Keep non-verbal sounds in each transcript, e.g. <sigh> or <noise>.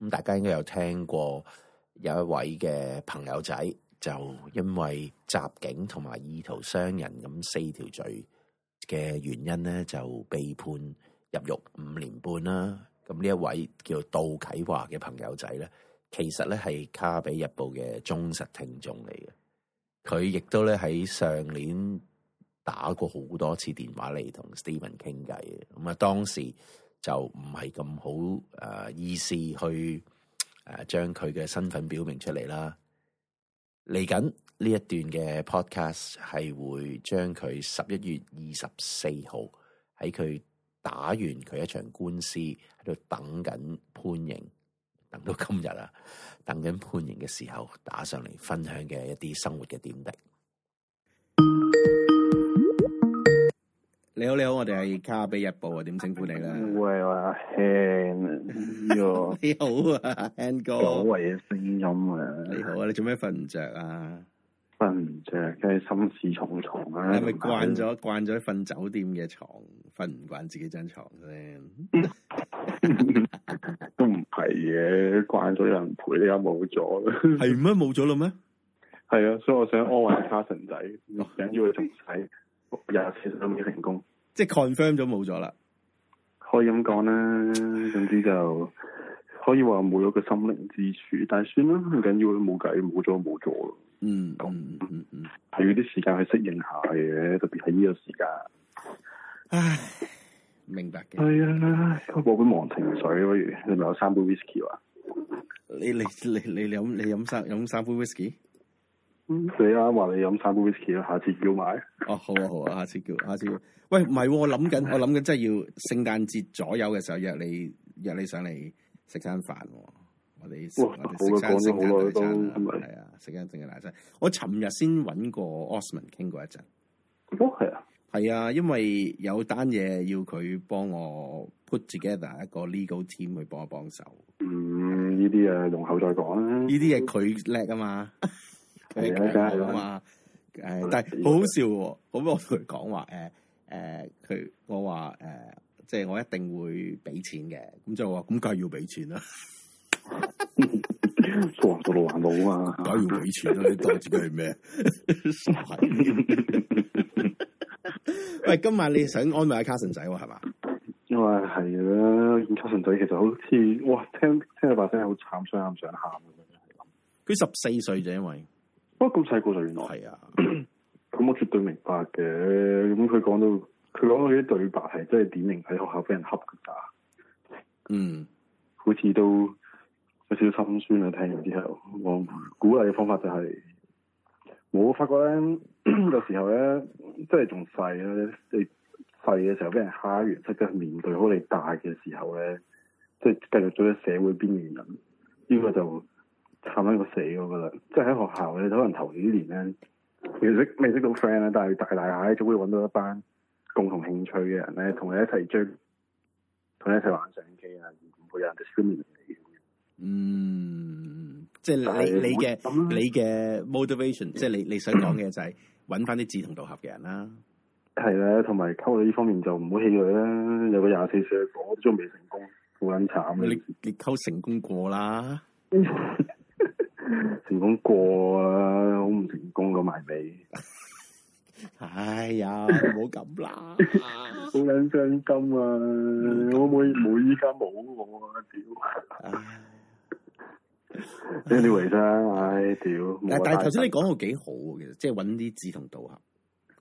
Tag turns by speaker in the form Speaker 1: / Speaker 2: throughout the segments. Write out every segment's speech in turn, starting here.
Speaker 1: 咁大家應該有聽過有一位嘅朋友仔就因為襲警同埋意圖傷人咁四條罪嘅原因咧，就被判入獄五年半啦。咁呢一位叫杜啟華嘅朋友仔咧，其實咧係《卡比日報》嘅忠實聽眾嚟嘅。佢亦都咧喺上年打過好多次電話嚟同 Steven 傾偈嘅。咁啊，當時就唔係咁好誒、呃意思去誒、呃、將佢嘅身份表明出嚟啦。嚟緊呢一段嘅 podcast 係會將佢十一月二十四號喺佢打完佢一場官司喺度等緊判刑，等到今日啊，等緊判刑嘅時候打上嚟分享嘅一啲生活嘅點滴。
Speaker 2: 你好，你好，我哋係卡比日報啊，點稱呼你啦？
Speaker 3: 喂，我阿 Hen 呢個
Speaker 2: <laughs> 你好啊，An
Speaker 3: 所
Speaker 2: 哥，
Speaker 3: 謂嘅聲音啊，
Speaker 2: 你好啊，你做咩瞓唔着啊？
Speaker 3: 瞓唔着，梗係心事重重啊。
Speaker 2: 你係咪慣？咗慣咗瞓酒店嘅床，瞓唔慣自己張床先？
Speaker 3: <laughs> 都唔係嘅，慣咗有人陪，而家冇咗啦。
Speaker 2: 係咩？冇咗啦咩？哦
Speaker 3: 係啊，所以我想安慰下卡神仔，唔緊要佢仲使廿四歲都未成功，
Speaker 2: 即係 confirm 咗冇咗啦。
Speaker 3: 可以咁講啦。總之就可以話冇咗個心靈支柱，但係算啦，唔緊要，冇計，冇咗冇咗咯，
Speaker 2: 嗯嗯嗯嗯，
Speaker 3: 係要啲時間去適應下嘅，特別係呢個時間。
Speaker 2: 唉，明白嘅。
Speaker 3: 係啊，我冇杯忘情水不如，你咪有三杯 whisky 啊？
Speaker 2: 你你你你你飲你飲三飲三杯 whisky？
Speaker 3: 你啱話你飲三杯 whisky 啦，下次叫埋。
Speaker 2: 哦，好啊好啊，下次叫下次叫。喂，唔係喎，我諗緊我諗緊，真係要聖誕節左右嘅時候約你約你上嚟食餐飯喎。我哋食
Speaker 3: 哇
Speaker 2: 我哋食餐
Speaker 3: 好啊
Speaker 2: 聖誕
Speaker 3: 講咗
Speaker 2: 大餐
Speaker 3: 好耐都
Speaker 2: 啦，係啊，食餐聖誕大餐。我尋日先揾過 Osman 傾過一陣，
Speaker 3: 哦，係啊，
Speaker 2: 係啊，因為有單嘢要佢幫我 put together 一個 legal team 去幫我幫手。
Speaker 3: 嗯，呢啲啊，用後再講啦。
Speaker 2: 呢啲嘢佢叻啊嘛，佢
Speaker 3: <laughs> 係啊
Speaker 2: 叻
Speaker 3: 梗
Speaker 2: 啊
Speaker 3: 係
Speaker 2: 嘛，誒，但係好好笑喎。咁我同佢講話誒誒，佢我話誒，即係我一定會俾錢嘅。咁就話咁梗係要俾錢啦，
Speaker 3: 做人做到還老啊
Speaker 2: 梗
Speaker 3: 嘛，
Speaker 2: 係要俾錢啦。你當自己係
Speaker 3: <laughs>
Speaker 2: 咩？傻閪！ <laughs> 喂，今晚你想安慰阿 Carson 仔喎，係嘛？
Speaker 3: 因為係啦，演卡神仔其實好似哇，聽聽佢把聲好慘，想喊想喊咁樣。
Speaker 2: 佢十四歲啫，因為
Speaker 3: 不過咁細個就原來，
Speaker 2: 係啊，
Speaker 3: 咁我絕對明白嘅。咁佢講到佢講到啲對白係真係典型喺學校俾人恰㗎咋。
Speaker 2: 嗯，
Speaker 3: 好似都有少少心酸啊！聽完之後，我鼓勵嘅方法就係、我發覺咧， <clears throat> 有時候咧，即係仲細咧，你細嘅時候俾人蝦完，即刻面對好你大嘅時候咧，即係繼續做咗社會邊緣人，呢、個就慘撚過死我覺得。即係喺學校咧，可能頭幾年咧，未識未識到 friend 咧，但係大大下咧，總會揾到一班共同興趣嘅人咧，同你一齊追，同你一齊玩相機啊，唔會有人 discriminate 你嘅。
Speaker 2: 嗯，即係
Speaker 3: 但係
Speaker 2: 你你嘅
Speaker 3: 咁啦
Speaker 2: 你嘅 motivation，即係你你想
Speaker 3: <coughs>
Speaker 2: 講嘅就係揾翻啲志同道合嘅人啦。
Speaker 3: 係啦，同埋溝女呢方面就唔好氣餒啦。有個廿四歲嘅我都仲未成功，好撚慘
Speaker 2: 你你溝成功過啦，
Speaker 3: 啊！成功過啊，好唔成功咁埋尾，
Speaker 2: 哎呀，唔好咁啦，
Speaker 3: 好撚傷心啊！可唔可以冇依家冇我啊？屌！anyway 啦，啊唉屌！
Speaker 2: 但
Speaker 3: 冇啊
Speaker 2: 但係頭先你
Speaker 3: 你
Speaker 2: 講到幾好喎，其實即係揾啲志同道合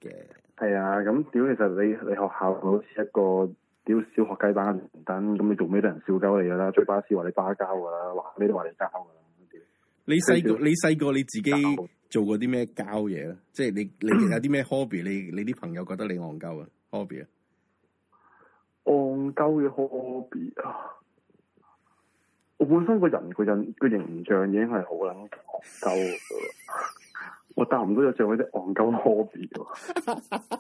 Speaker 2: 嘅，
Speaker 3: 係啊，咁屌其實你你學校好似一個屌小學雞班唔等，咁你做咩都人笑鳩你噶啦，追巴士話你巴交噶啦，話咩都話你交噶啦，屌！
Speaker 2: 你細個你細個你自己
Speaker 3: 交
Speaker 2: 做過啲咩交嘢咧？即係你你
Speaker 3: <coughs>
Speaker 2: 有啲咩 hobby？你你啲朋友覺得你戇鳩啊？hobby 啊？
Speaker 3: 戇鳩嘅 hobby 啊！我本身個人個人個形象已經係好撚戇鳩㗎喇， <laughs> 我答唔到有像嗰啲戇鳩 hobby 喎。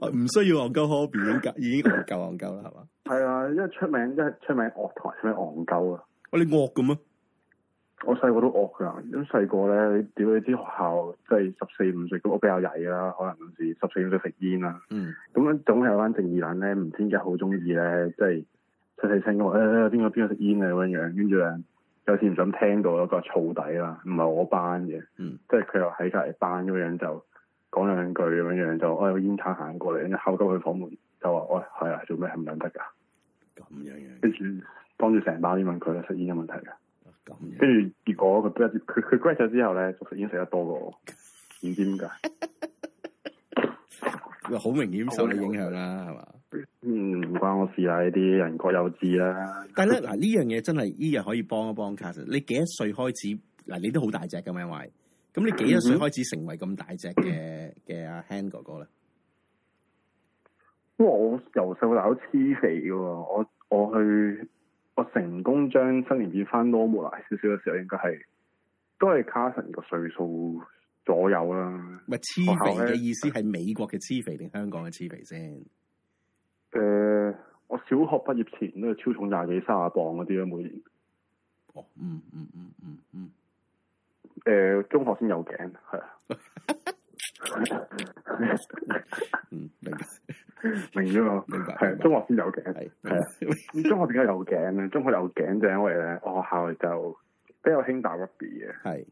Speaker 3: 哦
Speaker 2: 唔需要戇鳩 hobby 已經夠已經戇鳩戇鳩啦，係嘛？
Speaker 3: 係啊，因為出名，因為出名樂台出名戇鳩啊！
Speaker 2: 我你惡咁啊？
Speaker 3: 我細個都惡㗎，咁細個咧，你屌你知學校即係十四五歲咁，我比較曳啦，可能嗰時十四五歲食煙啦。
Speaker 2: 嗯
Speaker 3: 咁樣總係有班正義人咧，唔知點解好中意咧，即係細細聲咁話誒邊個邊個食煙啊咁樣樣，跟住咧有次唔想聽到有個燥底啦，唔係我班嘅，
Speaker 2: 嗯
Speaker 3: 即係佢又喺隔離班咁樣就講兩句咁樣樣就哦我有個煙鏟行過嚟，跟住敲鳩佢房門就話喂係啊做咩係唔撚得㗎？
Speaker 2: 咁樣樣，
Speaker 3: 跟住當住成班啲問佢啦，食煙有問題㗎。
Speaker 2: 啊咁樣，
Speaker 3: 跟住結果佢 grad 佢佢 grad 咗之後咧，就食煙食得多過我，唔知點解。
Speaker 2: 佢好明顯受你影響啦，係嘛？
Speaker 3: 嗯，唔關我事啦，呢啲人各有志啦。
Speaker 2: 但係咧嗱，呢樣嘢真係呢樣可以幫一幫卡 a 你幾多歲開始嗱？你都好大隻㗎嘛，因為咁你幾多歲
Speaker 3: 嗯
Speaker 2: 開始成為咁大隻嘅嘅阿 Han 哥哥咧？
Speaker 3: 因為我由細到大都黐肥嘅喎，我我去我成功將新年變翻 normal 少少嘅時候，應該係都係 Carson 個歲數左右啦。
Speaker 2: 唔係黐肥嘅意思係美國嘅黐肥定香港嘅黐肥先？
Speaker 3: 誒、呃我小學畢業前都係超重廿幾、三十磅嗰啲咯，每年。
Speaker 2: 哦，嗯嗯嗯嗯嗯，
Speaker 3: 誒、呃中學先有頸，係啊。
Speaker 2: 嗯，明白
Speaker 3: 明咗嘛？
Speaker 2: 明白
Speaker 3: 係啊
Speaker 2: 明白
Speaker 3: 中學先有頸。
Speaker 2: 係
Speaker 3: 係啊咁中學點解有頸咧？中學有頸就因為咧，我學校就比較興打 rugby 嘅，
Speaker 2: 係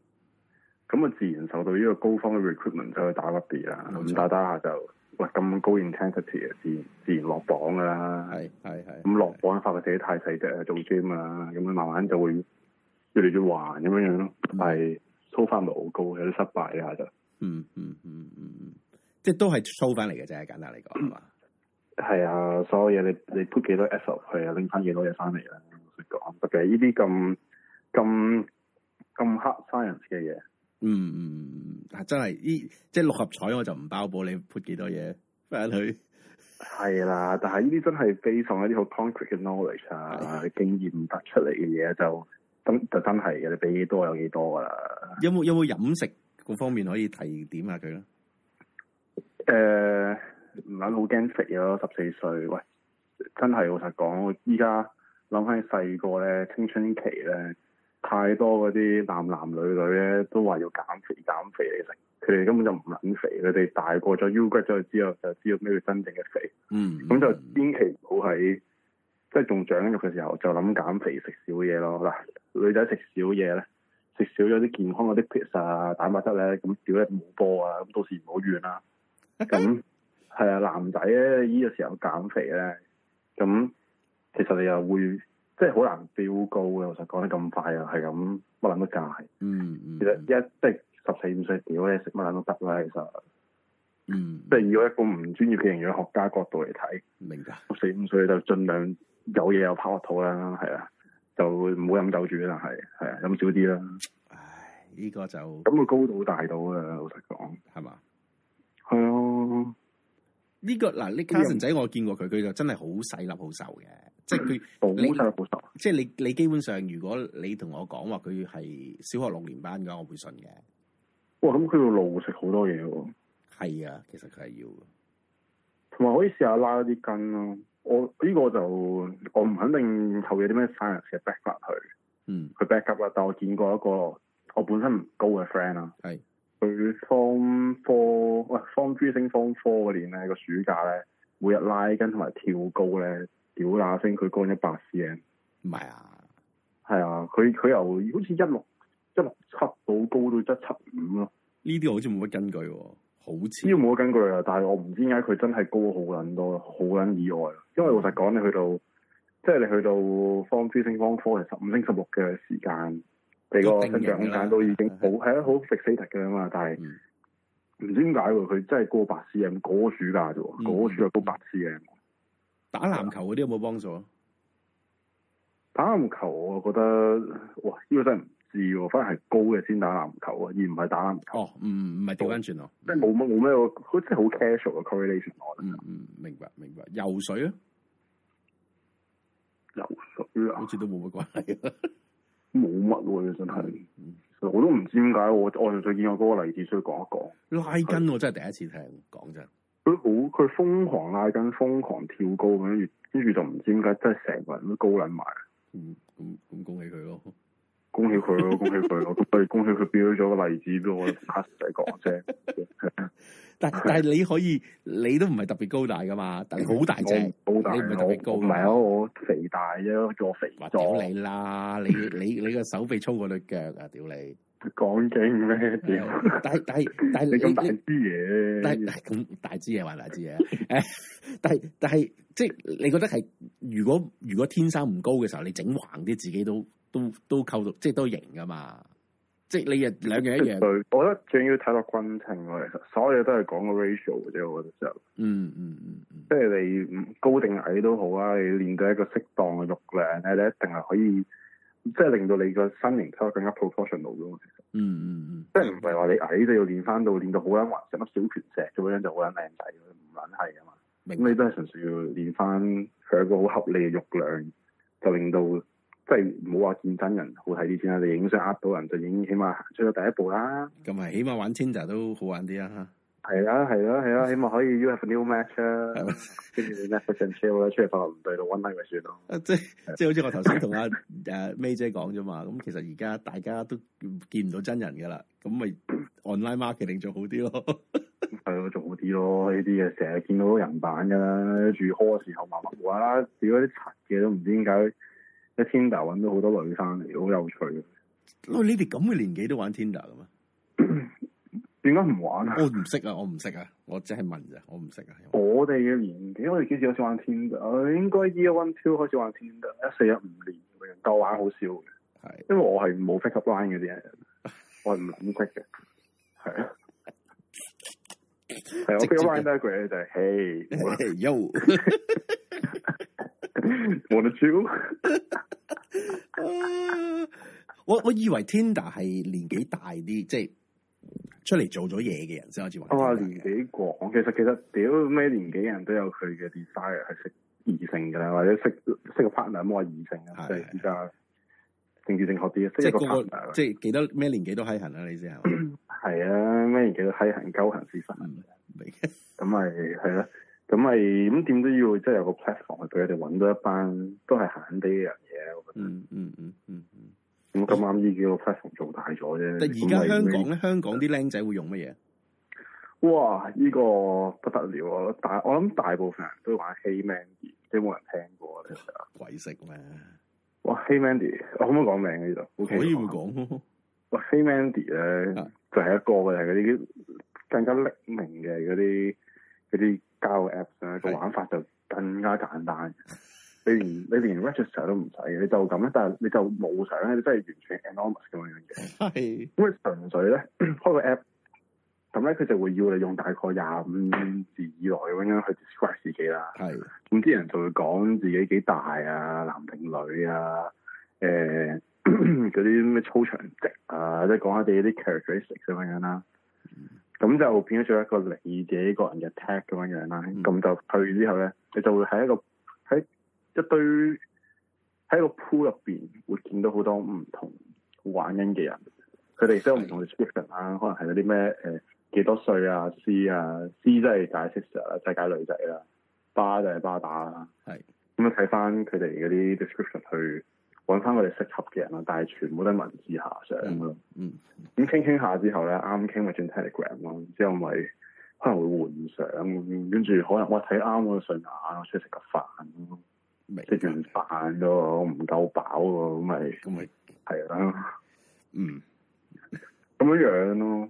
Speaker 3: 咁啊自然受到呢個高方嘅 recruitment 就去打 rugby 啦。
Speaker 2: 冇錯
Speaker 3: 咁打打下就喂咁高 intensity 嘅，自然自然落榜噶啦。
Speaker 2: 係係係
Speaker 3: 咁落榜發覺自己太細隻，做 gym 啊，咁樣慢慢就會越嚟越橫咁樣樣咯。但係 so far 唔係好高，有啲失敗啊就
Speaker 2: 嗯嗯嗯嗯嗯，即係都係粗翻嚟嘅啫，簡單嚟講係嘛？
Speaker 3: 係啊，所有嘢你你 put 幾多 effort 落去啊，拎翻幾多嘢翻嚟啦。老實
Speaker 2: 嗯
Speaker 3: 講，特別係呢啲咁咁咁 hard science 嘅嘢。
Speaker 2: 嗯嗯嗯嗯，真係呢即係六合彩我就唔包保你潑幾多嘢翻去，
Speaker 3: 係啦，但係呢啲真係 based on 一啲好 concrete 嘅 knowledge 啊，經驗得出嚟嘅嘢就真就真係嘅，你俾幾多有幾多噶啦。
Speaker 2: 有冇有冇飲食嗰方面可以提點下佢咧？
Speaker 3: 誒、唔係好驚肥咯，十四歲，喂，真係老實講，依家諗翻起細個咧，青春期咧，太多嗰啲男男女女咧都話要減肥減肥嚟食，佢哋根本就唔撚肥，佢哋大個咗 U 骨咗之後就知道咩叫真正嘅肥。
Speaker 2: 嗯，
Speaker 3: 咁就千祈唔好喺即係仲長肉嘅時候就諗減肥食少嘢咯。嗱，女仔食少嘢咧，食少咗啲健康嗰啲 pizza 啊、蛋白質咧，咁少咧冇波啊，咁到時唔好怨啦。咁係啊，男仔咧依個時候減肥咧，咁其實你又會即係好難飆高嘅。老實講得咁快又係咁乜撚都戒。
Speaker 2: 嗯嗯，
Speaker 3: 其實一即係十四五歲屌咧，食乜撚都得啦。其實
Speaker 2: 嗯
Speaker 3: 即係以我一個唔專業嘅營養學家角度嚟睇。
Speaker 2: 明白
Speaker 3: 十四五歲就盡量有嘢又拋落肚啦，係啊，就唔好飲酒住啦，係係啊，飲少啲啦。
Speaker 2: 唉呢個就
Speaker 3: 咁佢高度大到啊，老實講，
Speaker 2: 係嘛？
Speaker 3: 係啊，
Speaker 2: 呢個嗱，呢 Carson 仔我見過佢，佢就真係好細粒好瘦嘅，即係佢
Speaker 3: 好
Speaker 2: 你
Speaker 3: 細好瘦，
Speaker 2: 即係你你基本上，如果你同我講話佢係小學六年班嘅話，我會信嘅。
Speaker 3: 哇！咁佢要路食好多嘢喎，
Speaker 2: 係啊，其實佢係要嘅
Speaker 3: 同埋可以試下拉一啲筋咯。我呢、個就我唔肯定後有啲咩 science 嘅 back up 佢，
Speaker 2: 嗯
Speaker 3: 佢 back up 啊。但我見過一個我本身唔高嘅 friend 啦，
Speaker 2: 係
Speaker 3: 佢 form four 喂 form three 升 form four 嗰年咧個暑假咧，每日拉筋同埋跳高咧，屌乸聲佢高一百 cm。
Speaker 2: 唔係啊？
Speaker 3: 係啊，佢佢由好似一六一六七到高到一七五咯，
Speaker 2: 呢啲好似冇乜根據喎，好
Speaker 3: 呢個
Speaker 2: 似
Speaker 3: 冇根據啊！但係我唔知點解佢真係高好撚多，好撚意外啊。因為老實講，你去到即係你去到 form three 升 form four 其實五升十六嘅時間，你個
Speaker 2: 一定
Speaker 3: 增
Speaker 2: 型㗎啦啊
Speaker 3: 長空間都已經好係啊，好 fixated 嘅嘛。但係
Speaker 2: 嗯
Speaker 3: 唔知點解喎，佢真係高八 cm 嗰個暑假啫喎，
Speaker 2: 嗯
Speaker 3: 嗰個暑假高八 cm。
Speaker 2: 打籃球嗰啲有冇幫助啊？
Speaker 3: 打籃球我覺得哇，呢、個真係唔知喎，反而係高嘅先打籃球啊，而唔係打籃球。
Speaker 2: 哦，唔唔係調翻轉咯，
Speaker 3: 即係冇乜冇咩個，好似係好 casual 嘅 correlation 我覺得
Speaker 2: 嗯嗯，明白明白。游水啊，
Speaker 3: 游水啊
Speaker 2: 好，似都冇乜關
Speaker 3: <laughs>
Speaker 2: 係。
Speaker 3: 冇乜喎真係
Speaker 2: 嗯，
Speaker 3: 我都唔知點解我我純粹見我嗰個例子，需要講一講。
Speaker 2: 拉筋我真係第一次聽，講真。
Speaker 3: 佢好佢瘋狂拉筋，瘋狂跳高咁樣，跟住就唔知點解真係成個人都高撚埋。
Speaker 2: 嗯，咁咁恭喜佢咯。
Speaker 3: 恭喜佢佢，我恭喜
Speaker 2: <laughs>
Speaker 3: 佢，我對恭喜佢表咗個例子俾我卡仔講
Speaker 2: <laughs>
Speaker 3: 啫。
Speaker 2: 但但系你可以，你都唔係特別高大噶嘛，但係好大隻。
Speaker 3: 我唔高大，
Speaker 2: 你唔係特別高
Speaker 3: 我唔係啊，我肥大啫，叫我肥
Speaker 2: 話屌
Speaker 3: 咗。
Speaker 2: 你啦！你你你個手臂粗過對腳啊！屌你！
Speaker 3: 講
Speaker 2: <laughs>
Speaker 3: 經咩？屌，
Speaker 2: 但係但係但係
Speaker 3: 你咁大
Speaker 2: 啊你你
Speaker 3: 支
Speaker 2: 但係
Speaker 3: 嘢，
Speaker 2: 但係咁大支嘢還大支嘢，誒！ <laughs> 但係但係即係你覺得係如果如果天生唔高嘅時候，你整橫啲自己都都都構到即係都型噶嘛？即係你又兩樣一
Speaker 3: 絕
Speaker 2: 樣，
Speaker 3: <laughs> 對。我覺得最緊要睇落軍情喎，其實所有嘢都係講個 ratio 嘅啫。我覺得就
Speaker 2: 嗯嗯嗯嗯，
Speaker 3: 即係你唔高定矮都好啊，你練到一個適當嘅肉量咧，你一呃定係可以，即係令到你個身形睇落更加 proportional 噶嘛。
Speaker 2: 嗯嗯嗯，
Speaker 3: 即係唔係話你矮就要練翻到練到好撚橫，成粒小拳石咁樣就好撚靚仔，唔撚係啊嘛。
Speaker 2: 明
Speaker 3: 咁你都係純粹要練翻佢一個好合理嘅肉量，就令到即係唔好話見真人好睇啲先啦。你影相呃到人就已經起碼行出咗第一步啦。
Speaker 2: 咁咪起碼玩 Tinder 都好玩啲啊啦
Speaker 3: 係啦，係啦，係啦，啊起碼可以 you have a new match
Speaker 2: 嚇，係
Speaker 3: 啦
Speaker 2: 咪，
Speaker 3: 跟住你 Netflix and chill 啦，出嚟發覺唔對路 one night 咪算咯。
Speaker 2: 啊 <laughs> 即即係好似我頭先同阿誒 May 姐講啫嘛，咁其實而家大家都見唔到真人噶啦，咁咪 online marketing 做好啲咯。 <laughs>
Speaker 3: 係咯，做好啲咯，呢啲嘢成日見到人版㗎啦，住 call 嘅時候麻麻無啦啦，屌啲柒嘅都唔知點解，喺 Tinder 揾到好多女生嚟，好有趣。
Speaker 2: 喂，你哋咁嘅年紀都玩 Tinder 嘅咩？
Speaker 3: 點解唔
Speaker 2: <laughs>
Speaker 3: 玩啊？
Speaker 2: 我唔識啊，我唔識啊，我只係問咋，我唔識啊。
Speaker 3: 我哋嘅年紀，我哋幾時開始玩 Tinder？我應該 Year One Two 開始玩 Tinder，一四一五年能夠玩好少嘅，
Speaker 2: 係
Speaker 3: 因為我係冇 pick up line 嗰啲人，我係唔撚識嘅，係啊，係啊我
Speaker 2: 直接
Speaker 3: pick up
Speaker 2: 嘅
Speaker 3: line 得一句嘢就係
Speaker 2: <laughs>
Speaker 3: Hey，
Speaker 2: ，Yo，
Speaker 3: 我得招，
Speaker 2: 啊我我以為 Tinder 係年紀大啲，即係出嚟做咗嘢嘅人先開始玩
Speaker 3: 我話
Speaker 2: Tinder 嘅。
Speaker 3: 年紀廣，其實其實屌咩年紀人都有佢嘅 desire 係識異性㗎啦，或者識識個 partner 冇話異性
Speaker 2: 係
Speaker 3: 啊，即係而家政治正確啲，啊
Speaker 2: 即
Speaker 3: 識
Speaker 2: 係
Speaker 3: 一個
Speaker 2: 嗰個
Speaker 3: partner
Speaker 2: 即係幾多咩年紀都閪痕啦，你先係 <laughs> 嘛？
Speaker 3: 係啊，咩年紀都閪行鳩行屎忽。
Speaker 2: 嗯明
Speaker 3: 咁咪係啦，咁咪咁點都要即係有個 platform 去俾佢哋揾到一班都係閒啲嘅人嘅，我覺得。
Speaker 2: 嗯嗯嗯嗯嗯。
Speaker 3: 咁咁啱呢幾個 platform 做大咗啫。
Speaker 2: 但而
Speaker 3: 咁咪
Speaker 2: 家香港咧，香港啲僆仔會用乜嘢？
Speaker 3: 哇！呢、個不得了啊！大我諗大部分人都玩 Hey Mandy，都冇人聽過啊其實。
Speaker 2: 鬼識咩？
Speaker 3: 哇！Hey Mandy，我可唔可以講名呢度？
Speaker 2: 可以會。講咯。
Speaker 3: 哇！Hey Mandy 咧
Speaker 2: 啊，
Speaker 3: 就係、一個嘅係嗰啲更加匿名嘅嗰啲嗰啲交友 Apps 咧，個
Speaker 2: 係
Speaker 3: 玩法就更加簡單。你連你連 register 都唔使嘅，你就咁咧，但係你就冇相咧，你真係完全 anonymous 咁樣嘅。
Speaker 2: 係
Speaker 3: 咁佢純粹咧 <clears throat> 開個 app，咁咧佢就會要你用大概廿五字以內咁樣去 describe 自己啦。
Speaker 2: 係
Speaker 3: 咁啲人就會講自己幾大啊，男定女啊，誒 <clears throat> 嗰啲咩操場值啊，即係講下自己啲 characteristics 咁樣樣啦。咁就變咗做一個你自己個人嘅 tag 咁樣樣啦。
Speaker 2: 嗯
Speaker 3: 咁、就去之後咧，你就會喺一個喺一堆喺一個 pool 入邊會見到好多唔同玩緊嘅人，佢哋都有唔同嘅 description 啦，可能係嗰啲咩誒幾多歲啊，C 啊，C 即係解 sister 啦，即係解女仔啦。巴就係巴打啦。
Speaker 2: 係
Speaker 3: 咁啊，睇翻佢哋嗰啲 description 去揾翻佢哋適合嘅人啦，但係全部都係文字下相咯。
Speaker 2: 嗯
Speaker 3: 咁傾傾下之後咧，啱傾咪轉 Telegram 咯，之後咪可能會換相，跟住可能我睇啱我順眼，我出去食個飯咯，
Speaker 2: 明。
Speaker 3: 食完飯咗我唔夠飽喎，咁咪
Speaker 2: 咁咪
Speaker 3: 係啦。
Speaker 2: 嗯
Speaker 3: 咁樣樣咯。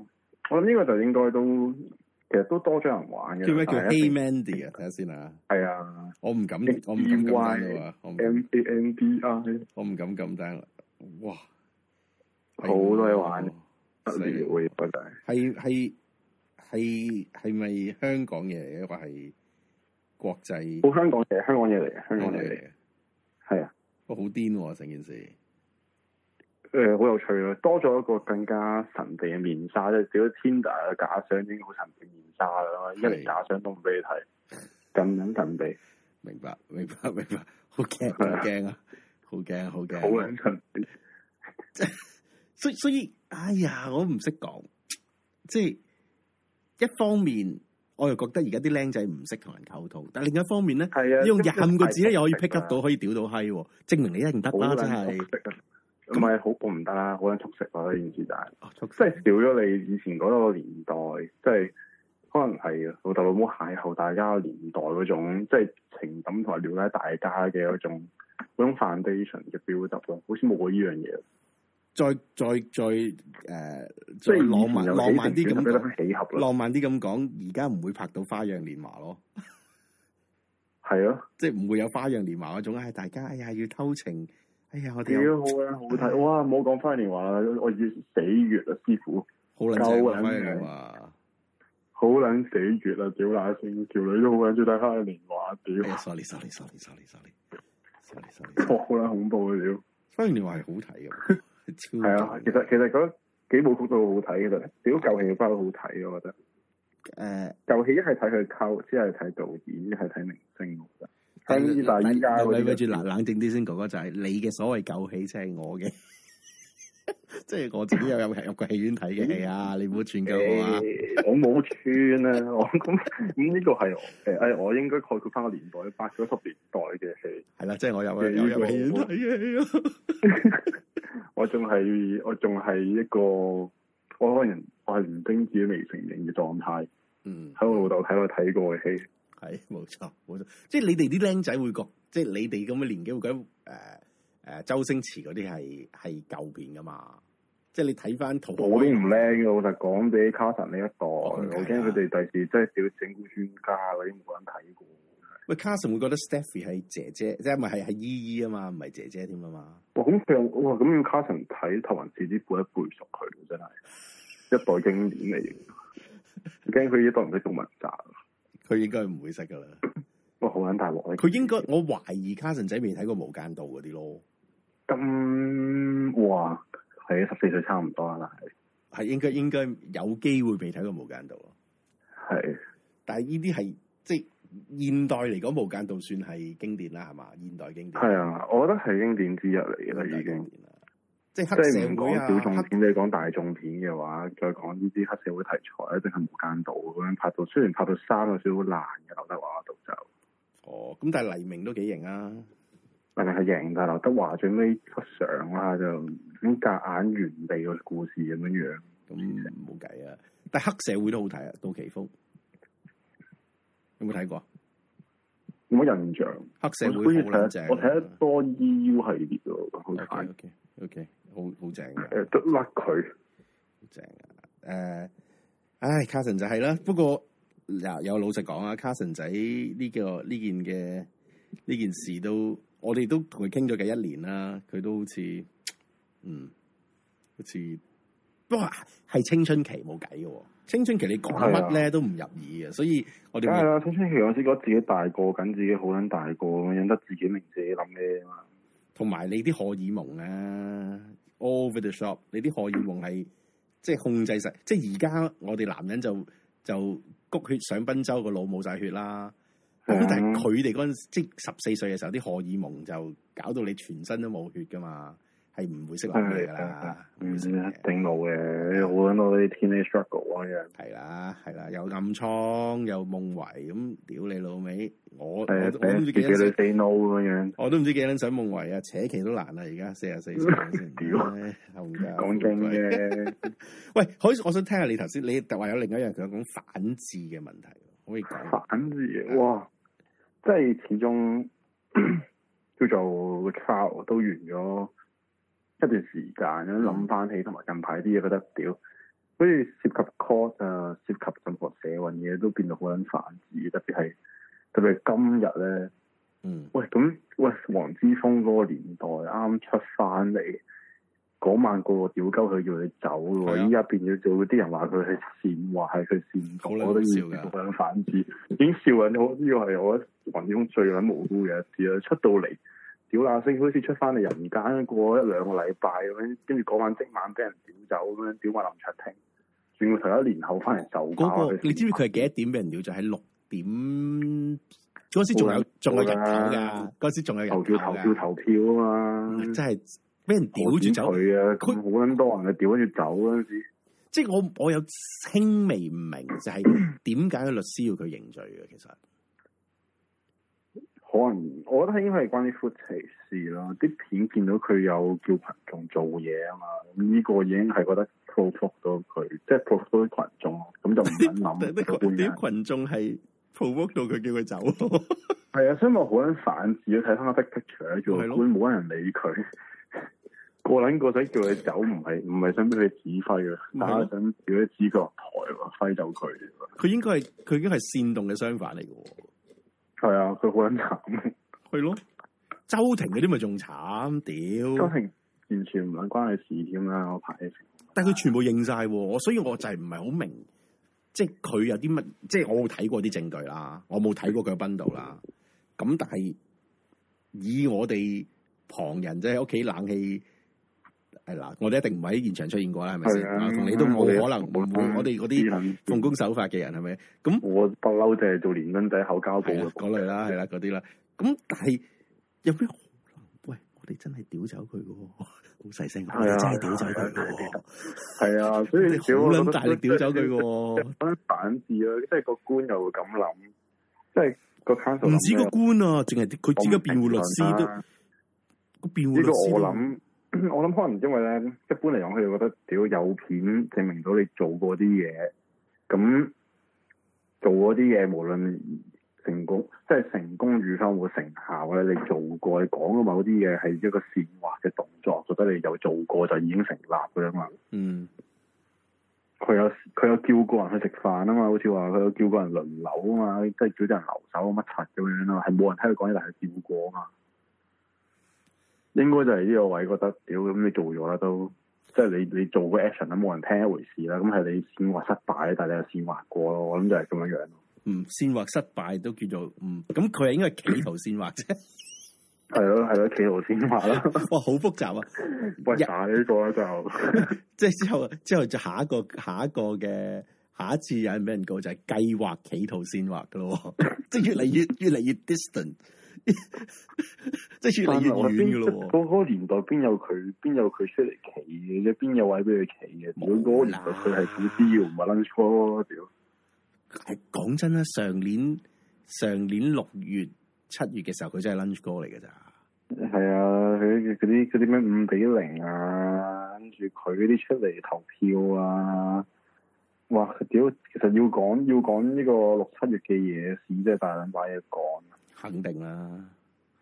Speaker 3: 我諗呢個就應該都其實都多咗人玩嘅。
Speaker 2: 叫咩叫
Speaker 3: 但係一
Speaker 2: Hey
Speaker 3: 定
Speaker 2: Mandy 啊？睇下先啊！
Speaker 3: 係啊
Speaker 2: 我唔敢，我唔敢咁單啦，我唔
Speaker 3: ，M
Speaker 2: 敢
Speaker 3: A N D I。
Speaker 2: 我唔敢咁單啦。哇！哎
Speaker 3: 好多嘢玩啊不
Speaker 2: 犀
Speaker 3: 了
Speaker 2: 利
Speaker 3: 嘅，不就係
Speaker 2: 係係係係咪香港嘢嚟嘅？一個係國際
Speaker 3: 好香港嘢，香港嘢嚟嘅，香港嘢嚟嘅，
Speaker 2: 嘅，
Speaker 3: 係啊，
Speaker 2: 哇！好癲喎成件事，
Speaker 3: 誒、好有趣咯，多咗一個更加神秘嘅面紗，即係屌 Tinder 嘅假相已經好神秘面紗啦，一連假相都唔俾你睇，咁撚神秘，
Speaker 2: 明白 <laughs> 明白明白，好驚好驚啊！好驚好驚，
Speaker 3: 好啊撚神秘，
Speaker 2: 所以所以，哎呀，我唔識講，即係一方面，我又覺得而家啲僆仔唔識同人溝通，但另一方面咧，
Speaker 3: 係啊，
Speaker 2: 你用廿五個字咧，又可以
Speaker 3: 真係
Speaker 2: pick up 到，可以屌到閪喎，證明你一定得
Speaker 3: 好
Speaker 2: 啦，
Speaker 3: 撚
Speaker 2: 啊真係
Speaker 3: 熟悉啊唔係好我唔得啦，好撚速食啊！呢件事就係、
Speaker 2: 哦速
Speaker 3: 即係少咗你以前嗰個年代，即係可能係老豆老母邂逅大家嘅年代嗰種，即係情感同埋了解大家嘅嗰種嗰種 foundation 嘅 build up 咯，好似冇過呢樣嘢。
Speaker 2: 再再再誒，呃
Speaker 3: 即
Speaker 2: 再
Speaker 3: 係
Speaker 2: 浪漫浪漫啲咁
Speaker 3: 覺得
Speaker 2: 講，
Speaker 3: 起合咯，
Speaker 2: 浪漫啲咁講，而家唔會拍到《花樣年華》咯，
Speaker 3: 係咯，
Speaker 2: 即係唔會有《花樣年華》嗰種，唉，大家哎呀要偷情，哎呀我
Speaker 3: 幾
Speaker 2: 哋有
Speaker 3: 好啊，好
Speaker 2: 嗯
Speaker 3: 睇哇！唔好講翻年華啦，我要死月啊，師傅，
Speaker 2: 好撚正嘅
Speaker 3: 夠
Speaker 2: 《
Speaker 3: 撚
Speaker 2: 花樣年華
Speaker 3: 好撚死月啊！屌乸聲，條女都好撚中意睇翻年華，》
Speaker 2: 哎呀 <laughs>
Speaker 3: 屌，
Speaker 2: ，sorry sorry sorry sorry sorry sorry sorry，
Speaker 3: 哇好撚恐怖啊！屌，
Speaker 2: 《花樣年華》係好睇嘅，超
Speaker 3: 係啊，
Speaker 2: 勁
Speaker 3: 其實其實嗰幾部曲都好睇，其實屌舊戲翻都好睇，我覺得。
Speaker 2: 誒
Speaker 3: 舊戲一係睇佢溝，只係睇導演，一係睇明星，我覺得。但
Speaker 2: 但
Speaker 3: 係但係依家嗰
Speaker 2: 咪咪住
Speaker 3: 啲
Speaker 2: 冷冷靜啲先，哥哥仔，你嘅所謂舊戲，即係我嘅，即係我自己有入入過戲院睇嘅戲啊！你唔好串鳩我啊！
Speaker 3: 誒我冇穿啊！ <laughs> 我咁咁呢個係誒誒，我應該概括翻個年代，八九十年代嘅戲。
Speaker 2: 係啦，即係我有
Speaker 3: 嘅
Speaker 2: 有
Speaker 3: 呢個
Speaker 2: 入戲院睇嘅戲啊！
Speaker 3: 我仲係我仲係一個，我可能我係唔丁自己未成年嘅狀態，
Speaker 2: 嗯，
Speaker 3: 喺我老豆睇我睇過嘅戲。
Speaker 2: 係冇錯冇錯，即係你哋啲僆仔會覺，即係你哋咁嘅年紀會覺得誒誒周星馳嗰啲係係舊片噶嘛？即係你睇翻《逃學
Speaker 3: 我都
Speaker 2: 威
Speaker 3: 唔
Speaker 2: 龍》
Speaker 3: 叻嘅，老實講俾卡神呢一代，我
Speaker 2: 咁
Speaker 3: 驚
Speaker 2: 計啊
Speaker 3: 佢哋第時真係屌整蠱專家嗰啲冇人睇過。
Speaker 2: 喂 Carson 會覺得 Stephy 係姐姐，即係咪係係姨姨啊嘛？唔係姐姐添啊嘛？
Speaker 3: 哇！咁佢又哇咁要卡神睇《頭文字 D》背一背熟佢，真係一代經典嚟。驚佢一代唔識做文集，
Speaker 2: 佢應該唔會識噶啦。
Speaker 3: 哇！好撚大鑊。
Speaker 2: 佢應該，我懷疑卡神仔未睇過《無間道》嗰啲咯，
Speaker 3: 咁哇，係啊十四歲差唔多啦，
Speaker 2: 係應該應該有機會未睇過《無間道》咯。
Speaker 3: 係係
Speaker 2: 但係呢啲係即係現代嚟講，《無間道》算係經典啦，係嘛？現代經典
Speaker 3: 係啊！我覺得係經典之一嚟嘅
Speaker 2: 現代
Speaker 3: 啦，已
Speaker 2: 經
Speaker 3: 經。
Speaker 2: 典啦。即係
Speaker 3: 即
Speaker 2: 黑
Speaker 3: 係唔
Speaker 2: 社會
Speaker 3: 講小眾
Speaker 2: 啊，黑
Speaker 3: 片，你講大眾片嘅話，再講呢啲黑社會題材，一定係無間道咁樣拍到。雖然拍到三個小好爛嘅劉德華嗰度就。
Speaker 2: 哦，咁但係黎明都幾型啊！
Speaker 3: 明明係贏，但係劉德華最尾不上啦，就咁夾硬原地個故事咁樣樣。
Speaker 2: 咁冇計啊！但係黑社會都好睇啊，杜琪峰有冇睇過？啊
Speaker 3: 冇乜印象，
Speaker 2: 黑社
Speaker 3: 我
Speaker 2: 會
Speaker 3: 好似
Speaker 2: 好撚
Speaker 3: 睇
Speaker 2: 正啊，
Speaker 3: 我睇得多 EU 系列咯，好
Speaker 2: OK
Speaker 3: 睇。
Speaker 2: OK OK，好好正嘅。
Speaker 3: 誒，得甩佢，
Speaker 2: 正啊！誒、唉，Carson 就係啦。不過嗱，有老實講啊，Carson 仔呢、個呢件嘅呢件事都，我哋都同佢傾咗嘅一年啦。佢都好似，嗯，好似不過係青春期冇計嘅喎。青春期你講乜咧都唔入耳嘅，所以我哋
Speaker 3: 啊梗係
Speaker 2: 會
Speaker 3: 啦。青春期嗰時覺得自己大個緊，自己好撚大個咁樣，忍得自己明自己諗咩啊嘛。
Speaker 2: 同埋你啲荷爾蒙啊，all over the shop，你啲荷爾蒙係即係控制晒，即係而家我哋男人就就谷血上賓州個腦冇晒血啦。
Speaker 3: 係啊
Speaker 2: 咁但係佢哋嗰陣時即係十四歲嘅時候，啲荷爾蒙就搞到你全身都冇血噶嘛，係唔會識諗嘢噶啦，唔
Speaker 3: 嗯，
Speaker 2: 會
Speaker 3: 一
Speaker 2: 識諗嘢。
Speaker 3: 定冇嘅，好撚多啲 teenage struggle 啊咁樣。
Speaker 2: 係啦，係啦，有暗瘡，有夢遺，咁屌你老味，我我
Speaker 3: 誒，
Speaker 2: 我都唔
Speaker 3: 俾
Speaker 2: 知
Speaker 3: 自
Speaker 2: 幾
Speaker 3: 己
Speaker 2: 多歲
Speaker 3: 女 say no 咁樣，
Speaker 2: 我都唔知幾撚想夢遺啊，扯旗都難啦，而家四十四
Speaker 3: <laughs>
Speaker 2: 歲先，
Speaker 3: 屌
Speaker 2: 唉，後家
Speaker 3: 講經。嘅。
Speaker 2: 喂，可以我想聽下你頭先，你話有另一樣佢講反智嘅問題，可以講下。
Speaker 3: 反字哇！即係始終 <clears throat> 叫做個 trial 都完咗一段時間，咁諗翻起同埋近排啲嘢，覺得屌，好似涉及 court 啊，涉及任何社運嘢都變到好撚反智，特別係特別係今日咧，
Speaker 2: 嗯，
Speaker 3: 喂咁喂黃之鋒嗰個年代啱出翻嚟。嗰晚個個屌鳩佢叫你走
Speaker 2: 係啊
Speaker 3: 喎，依家變咗做啲人話佢係煽惑，係佢煽
Speaker 2: 好撚
Speaker 3: 動，我都
Speaker 2: 笑
Speaker 3: 要
Speaker 2: 㗎
Speaker 3: 好撚反智。已經笑緊，我呢個係我雲中最撚無辜嘅一次啦。出到嚟，屌乸聲，好似出翻嚟人間過一兩個禮拜咁樣，跟住嗰晚即晚俾人屌走咁樣，屌埋林卓廷，轉個頭一年後翻嚟受
Speaker 2: 嗰、
Speaker 3: 教。
Speaker 2: 個你知唔知佢係幾多點俾人撩咗？喺六點嗰時仲有
Speaker 3: 冇啦
Speaker 2: 仲有人頭
Speaker 3: 冇
Speaker 2: 㗎
Speaker 3: 啦，
Speaker 2: 嗰時仲有人頭
Speaker 3: 投票投票
Speaker 2: 㗎，
Speaker 3: 投票啊嘛，
Speaker 2: 真係俾人屌住走。
Speaker 3: 佢啊，
Speaker 2: 佢
Speaker 3: 咁好撚多人啊，屌跟住走嗰陣時，
Speaker 2: 即係我我有輕微
Speaker 3: <clears throat> 哦
Speaker 2: 唔明，就係點解個律師要佢認罪嘅？其實
Speaker 3: 好可能我覺得應該係關於 footage 事咯。啲片見到佢有叫群眾做嘢啊嘛，咁呢個已經係覺得 provoke 到佢，即係 provoke 到啲群眾，咁就唔
Speaker 2: <laughs>
Speaker 3: 肯諗
Speaker 2: 啲
Speaker 3: 佢
Speaker 2: 群
Speaker 3: 半夜
Speaker 2: 啲群眾係 provoke 到佢叫佢走，
Speaker 3: 係啊，所以我好撚反智啊！睇翻個 big picture 咧，做
Speaker 2: 係咯
Speaker 3: 根本冇人理佢，個撚個仔叫佢走，唔係唔係想俾佢指揮啊，
Speaker 2: 咪
Speaker 3: 但
Speaker 2: 係咯
Speaker 3: 係想叫佢指佢落台喎，揮走佢喎。
Speaker 2: 佢應該係佢已經係煽動嘅相反嚟嘅喎。
Speaker 3: 係啊，佢好撚慘，
Speaker 2: 係咯，周庭嗰啲咪仲慘，
Speaker 3: 家
Speaker 2: 屌！
Speaker 3: 庭完全唔撚關佢事添啦，我排
Speaker 2: 但係佢全部認晒喎，我所以我就係唔係好明，即係佢有啲乜，即係我冇睇過啲證據啦，我冇睇過佢嘅賓度啦。咁但係以我哋旁人即係屋企冷氣係嗱，我哋一定唔喺現場出現過啦，係咪先？
Speaker 3: 係啊
Speaker 2: 我同你都冇可能，
Speaker 3: 我哋
Speaker 2: 唔會我哋嗰啲
Speaker 3: 啲
Speaker 2: 奉公守法嘅人係咪？
Speaker 3: 我不嬲就係做連登仔口交部
Speaker 2: 係啦啊
Speaker 3: 嘅
Speaker 2: 嗰類啦，係啦，嗰啲啦。咁但係有咩可能？喂，我哋真係屌走佢嘅喎， <laughs> 好細聲，我
Speaker 3: 係
Speaker 2: 哋
Speaker 3: 啊
Speaker 2: 真係啊屌走佢嘅喎，
Speaker 3: 係啊，所
Speaker 2: 我
Speaker 3: 以
Speaker 2: 哋好撚大力屌走佢嘅喎， <laughs>
Speaker 3: 咁反智咯，即係個官又會咁諗，即係個 council
Speaker 2: 唔止個官啊，淨係啲佢自己嘅辯護律師 <laughs> 都
Speaker 3: 呢
Speaker 2: 個辯護律
Speaker 3: 個
Speaker 2: 師都
Speaker 3: 我諗， <clears throat> 我諗可能因為咧，一般嚟講，佢哋覺得屌有片證明到你做過啲嘢，咁做嗰啲嘢無論成功，即係成功與否冇成效咧，你做過你講嘅某啲嘢係一個煽惑嘅動作，覺得你有做過就已經成立㗎啦嘛。
Speaker 2: 嗯
Speaker 3: 佢有佢有叫過人去食飯啊嘛，好似話佢有叫過人輪流啊嘛，即係叫啲人留守乜柒咁樣啊嘛，係冇人聽佢講嘢，但係叫過啊嘛。應該就係呢個位覺得，屌咁你做咗啦都，即係你你做個 action 都冇人聽一回事啦，咁係你煽惑失敗，但係你又煽惑過咯，我諗就係咁樣樣咯。
Speaker 2: 嗯煽惑失敗都叫做嗯，咁佢係應該係企圖煽惑啫。 <laughs>
Speaker 3: 係咯係咯，企圖煽惑啦，
Speaker 2: 哇，好複雜啊！
Speaker 3: 喂
Speaker 2: 一
Speaker 3: 打呢個咧就。
Speaker 2: <laughs> 即係之後之後就下一個下一個嘅下一次有人俾人告就係計劃企圖煽惑噶咯喎，
Speaker 3: <laughs>
Speaker 2: 即係越嚟越越嚟越 distant，即係越嚟越遠噶咯喎。
Speaker 3: 嗰嗰個年代邊有佢邊有佢出嚟企嘅啫，邊有位俾佢企嘅？屌
Speaker 2: 冇
Speaker 3: 嗰個年代佢係古之要唔係 lunch call 咯，屌！
Speaker 2: 係講真啦，上年上年六月七月嘅時候，佢真係 lunch 哥嚟嘅咋。
Speaker 3: 係啊，佢嗰啲嗰啲咩五比零啊，跟住佢嗰啲出嚟投票啊，哇！屌，其實要講要講呢個六七月嘅嘢事，真係大撚把嘢講。
Speaker 2: 肯定啦，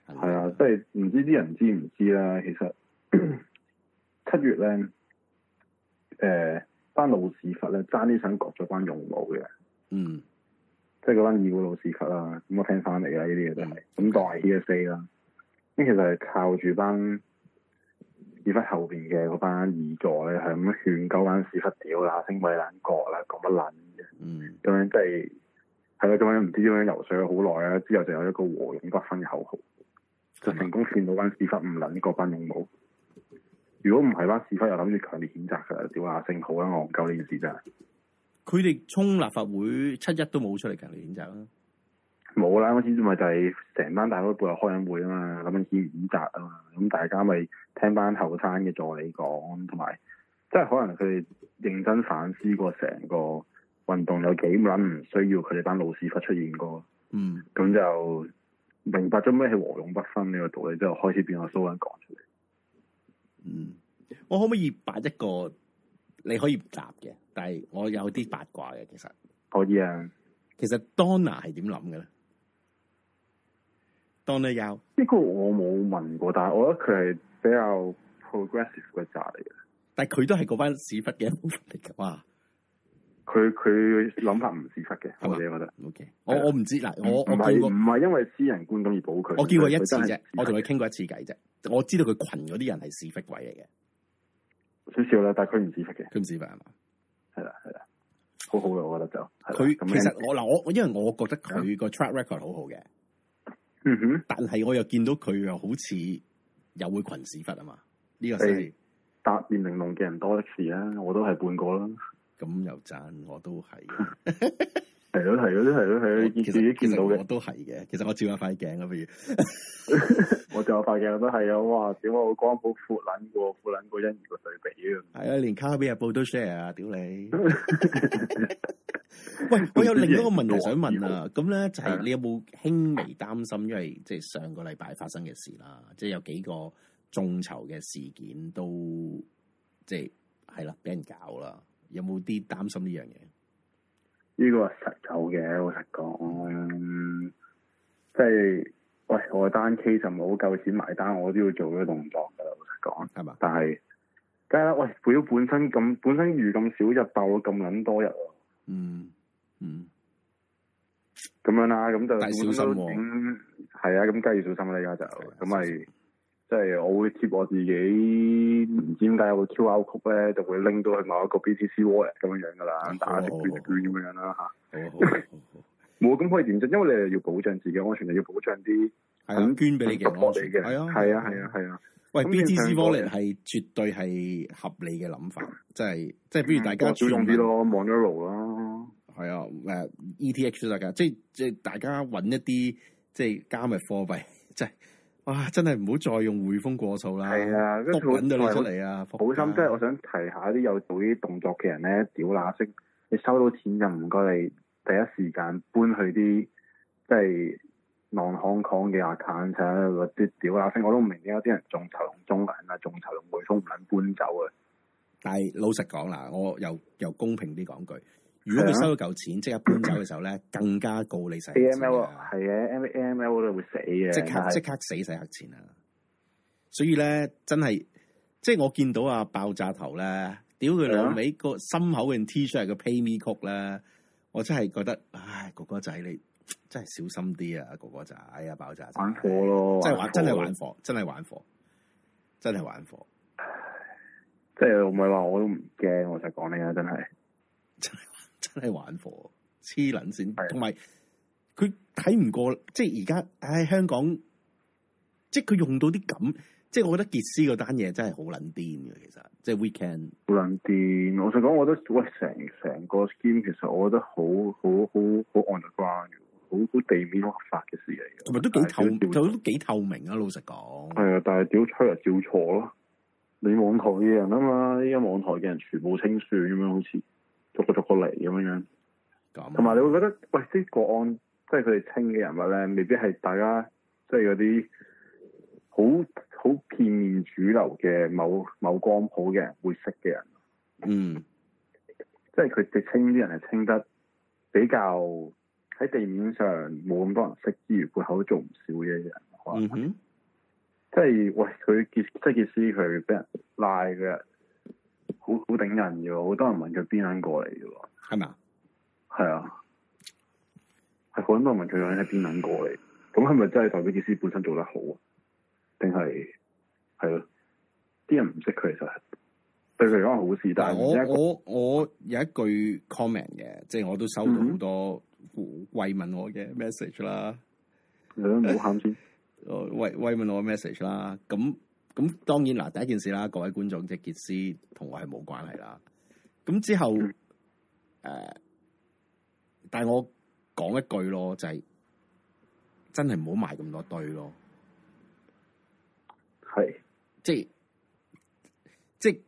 Speaker 2: 肯定
Speaker 3: 係啊，即係唔知啲人知唔知啦。其實 <clears throat> 七月咧，誒、班老屎忽咧爭啲想割咗班勇武嘅，
Speaker 2: 嗯，
Speaker 3: 即係嗰班二股老屎忽啦。咁我聽翻嚟啦，呢啲嘢都係咁當係 hearsay 啦。咁其實係靠住班屎忽後邊嘅嗰班二座咧，係咁勸鳩班屎忽屌啦，升米撚角啦，講乜撚嘅。
Speaker 2: 嗯，
Speaker 3: 咁樣即係係啦，咁樣唔知點樣游水咗好耐啊啦，之後就有一個和勇不分嘅口號，就成功勸到班屎忽唔撚嗰班勇武。如果唔係班屎忽又諗住強烈譴責㗎，屌阿勝好啦，戇鳩呢件事真係
Speaker 2: 佢哋衝立法會七一都冇出嚟㗎，你譴責啦。
Speaker 3: 冇啦，嗰次咪就係成班大佬背後開緊會啊嘛，咁樣譴譴責啊嘛，咁大家咪聽班後生嘅助理講，同埋即係可能佢哋認真反思過成個運動有幾撚唔需要佢哋班老屎忽出現過。
Speaker 2: 嗯，
Speaker 3: 咁就明白咗咩係和勇不分呢個道理之後，開始變阿蘇人講出嚟。
Speaker 2: 嗯，我可唔可以擺一個你可以唔答嘅，但係我有啲八卦嘅，其實
Speaker 3: 可以啊，
Speaker 2: 其實 Donna 係點諗嘅咧？Donna Yao
Speaker 3: 呢個我冇問過，但係我覺得佢係比較 progressive 嘅宅嚟嘅。
Speaker 2: 但係佢都係嗰班屎忽嘅一部分嚟嘅。哇
Speaker 3: 佢佢諗法唔屎忽嘅，
Speaker 2: 係嘛
Speaker 3: 我自己覺得。
Speaker 2: ，OK，我我唔知嗱，我
Speaker 3: 啊唔
Speaker 2: 我
Speaker 3: 係
Speaker 2: 見
Speaker 3: 唔
Speaker 2: 過，
Speaker 3: 係因為私人觀感而保佢，
Speaker 2: 我見過一次
Speaker 3: 佢真係
Speaker 2: 啫，我同佢
Speaker 3: 屎
Speaker 2: 傾過一次偈啫。我知道佢群嗰啲人係屎忽鬼嚟嘅，
Speaker 3: 忽嘅少少啦，但係佢唔屎忽嘅，
Speaker 2: 佢唔屎忽係啊嘛？
Speaker 3: 係啦係啦，好好嘅我覺得就係啦
Speaker 2: 佢
Speaker 3: 咁
Speaker 2: 其
Speaker 3: 樣啊
Speaker 2: 實我嗱我我因為我覺得佢個 track record 好好嘅，
Speaker 3: 嗯哼，
Speaker 2: 但係我又見到佢又好似又會群屎忽啊嘛，呢個真係。
Speaker 3: 答辯玲瓏嘅人多的是啦，我都係半個啦。 <laughs>
Speaker 2: 咁又讚，我都係。
Speaker 3: 係咯係咯係咯係咯，見
Speaker 2: 其
Speaker 3: 自己
Speaker 2: 實其
Speaker 3: 見到
Speaker 2: 實我
Speaker 3: 嘅，
Speaker 2: 都係嘅，其實我照下塊鏡啊，不如
Speaker 3: 我就有塊鏡都係啊！哇，屌我光譜闊撚過闊撚過欣怡個對比啊！
Speaker 2: 係啊，連卡比日報都 share 啊，屌
Speaker 3: <laughs>
Speaker 2: 你！喂，我有另一個問題想問啊，咁咧就係
Speaker 3: 係
Speaker 2: 你有冇輕微擔心？因為即係上個禮拜發生嘅事啦，即係有幾個眾籌嘅事件都即係係啦，俾人搞啦，有冇啲擔心呢樣嘢？
Speaker 3: 呢個係實有嘅，老實講，即係喂，我單 case 就冇夠錢埋單，我都要做咗動作㗎啦，老實講。
Speaker 2: 係嘛？
Speaker 3: 但係梗係啦，喂，表本身咁本身魚咁少就鬥咗咁撚多人喎，
Speaker 2: 嗯嗯，
Speaker 3: 咁樣啦，咁就
Speaker 2: 但係小心喎
Speaker 3: 本身都係啊，咁梗係要小心啦，而家就
Speaker 2: 係啊
Speaker 3: 咁咪即係我會貼我自己唔知點解有個 QR code 咧，就會拎到去某一個 BTC wallet 咁樣樣㗎啦
Speaker 2: 嗯，
Speaker 3: 打直
Speaker 2: 好好
Speaker 3: 捐直捐咁樣樣啦嚇。
Speaker 2: 好啊好啊好啊好啊
Speaker 3: 冇咁可以點啫？因為你又要保障自己安全，又要保障啲
Speaker 2: 係啊，捐俾你嘅
Speaker 3: 我
Speaker 2: 安
Speaker 3: 哋
Speaker 2: 全
Speaker 3: 嘅，
Speaker 2: 係啊，
Speaker 3: 係啊，係啊，係啊，
Speaker 2: 喂
Speaker 3: 咁變相
Speaker 2: ，BTC
Speaker 3: 個
Speaker 2: wallet 係絕對係合理嘅諗法，即係即係，不如大家
Speaker 3: 少用
Speaker 2: 全民
Speaker 3: 嗯啲咯，Monero 啦，
Speaker 2: 係啊，誒 ETH 都得㗎，即係即係大家揾一啲即係加密貨幣， <laughs> 即係哇，真係唔好再用匯豐過數啦，
Speaker 3: 係
Speaker 2: 啊，
Speaker 3: 啊，跟住
Speaker 2: 揾到你出
Speaker 3: 好
Speaker 2: 嚟啊，
Speaker 3: 好心，嗯即係我想提下啲有做呢啲動作嘅人咧，屌乸聲，你收到錢就唔該你第一時間搬去啲即係 non Hong Kong 嘅 account 啊嗰啲屌乸聲，我都唔明點解啲人眾籌用中銀啊，眾籌用匯豐唔撚搬走啊，
Speaker 2: 但係老實講啦，我又又公平啲講句，如果佢收到嚿錢即刻搬走嘅時候咧，更加告你洗黑
Speaker 3: 啊 A
Speaker 2: 錢
Speaker 3: M L
Speaker 2: 啊
Speaker 3: 係嘅，A M L 我哋會死嘅，
Speaker 2: 即
Speaker 3: 但
Speaker 2: 刻
Speaker 3: 係
Speaker 2: 即刻死洗黑錢啊！所以咧，真係即係我見到啊爆炸頭咧，屌佢老
Speaker 3: 啊
Speaker 2: 尾個心口嘅 T 恤係個 Pay Me 曲咧，我真係覺得，唉，哥哥仔你真係小心啲啊，哥哥仔啊，爆炸仔
Speaker 3: 玩火，咯，
Speaker 2: 真係玩真係
Speaker 3: 火咯
Speaker 2: 玩火，真係玩火，真係玩火，
Speaker 3: 即係唔係話我都唔驚，我實講你啊，真係
Speaker 2: 真係玩真係玩火，黐撚
Speaker 3: 係啊
Speaker 2: 線，同埋佢睇唔過，即係而家，唉，香港，即係佢用到啲咁，即係我覺得傑斯嗰單嘢真係好撚癲嘅，其實即係 Weekend。
Speaker 3: 好撚癲。我實講，我覺得喂成成個 scheme 其實我覺得好好好好 on the ground 嘅好好地面好合法嘅事嚟嘅，
Speaker 2: 同埋都幾透，
Speaker 3: 但係屌
Speaker 2: 都幾透明啊！老實講，
Speaker 3: 係啊，但係屌吹嚟照錯咯。你網台嘅人啊嘛，依家網台嘅人全部清算咁樣，好似逐個逐個嚟咁樣樣。
Speaker 2: 咁
Speaker 3: 同埋你會覺得，喂，啲個案即係佢哋清嘅人物咧，未必係大家即係嗰啲好好片面主流嘅某某光譜嘅人會識嘅人，
Speaker 2: 嗯
Speaker 3: 即係佢哋清啲人係清得比較喺地面上冇咁多人識之餘，背後都做唔少嘢嘅人，可能
Speaker 2: 嗯哼，
Speaker 3: 即係喂佢結即係結師佢俾人拉嘅，好好頂人嘅喎，好多人問佢邊撚過嚟嘅喎，
Speaker 2: 係咪啊？
Speaker 3: 係啊，係好多人問佢究竟係邊撚過嚟，咁係咪真係代表傑斯本身做得好啊？定係係咯？啲人唔識佢其實對佢嚟講係好事，但
Speaker 2: 但
Speaker 3: 係
Speaker 2: 我
Speaker 3: 唔知一個
Speaker 2: 我我有一句 comment 嘅，即係我都收到
Speaker 3: 嗯
Speaker 2: 好多慰問我嘅 message 啦，
Speaker 3: 你都唔好喊先，
Speaker 2: 呃慰慰問我嘅 message 啦。咁咁當然嗱，第一件事啦，各位觀眾，即係傑斯同我係冇關係啦。咁之後誒
Speaker 3: 嗯、
Speaker 2: 但係我講一句咯，就係、真係唔好買咁多堆咯。
Speaker 3: 係
Speaker 2: 即係即係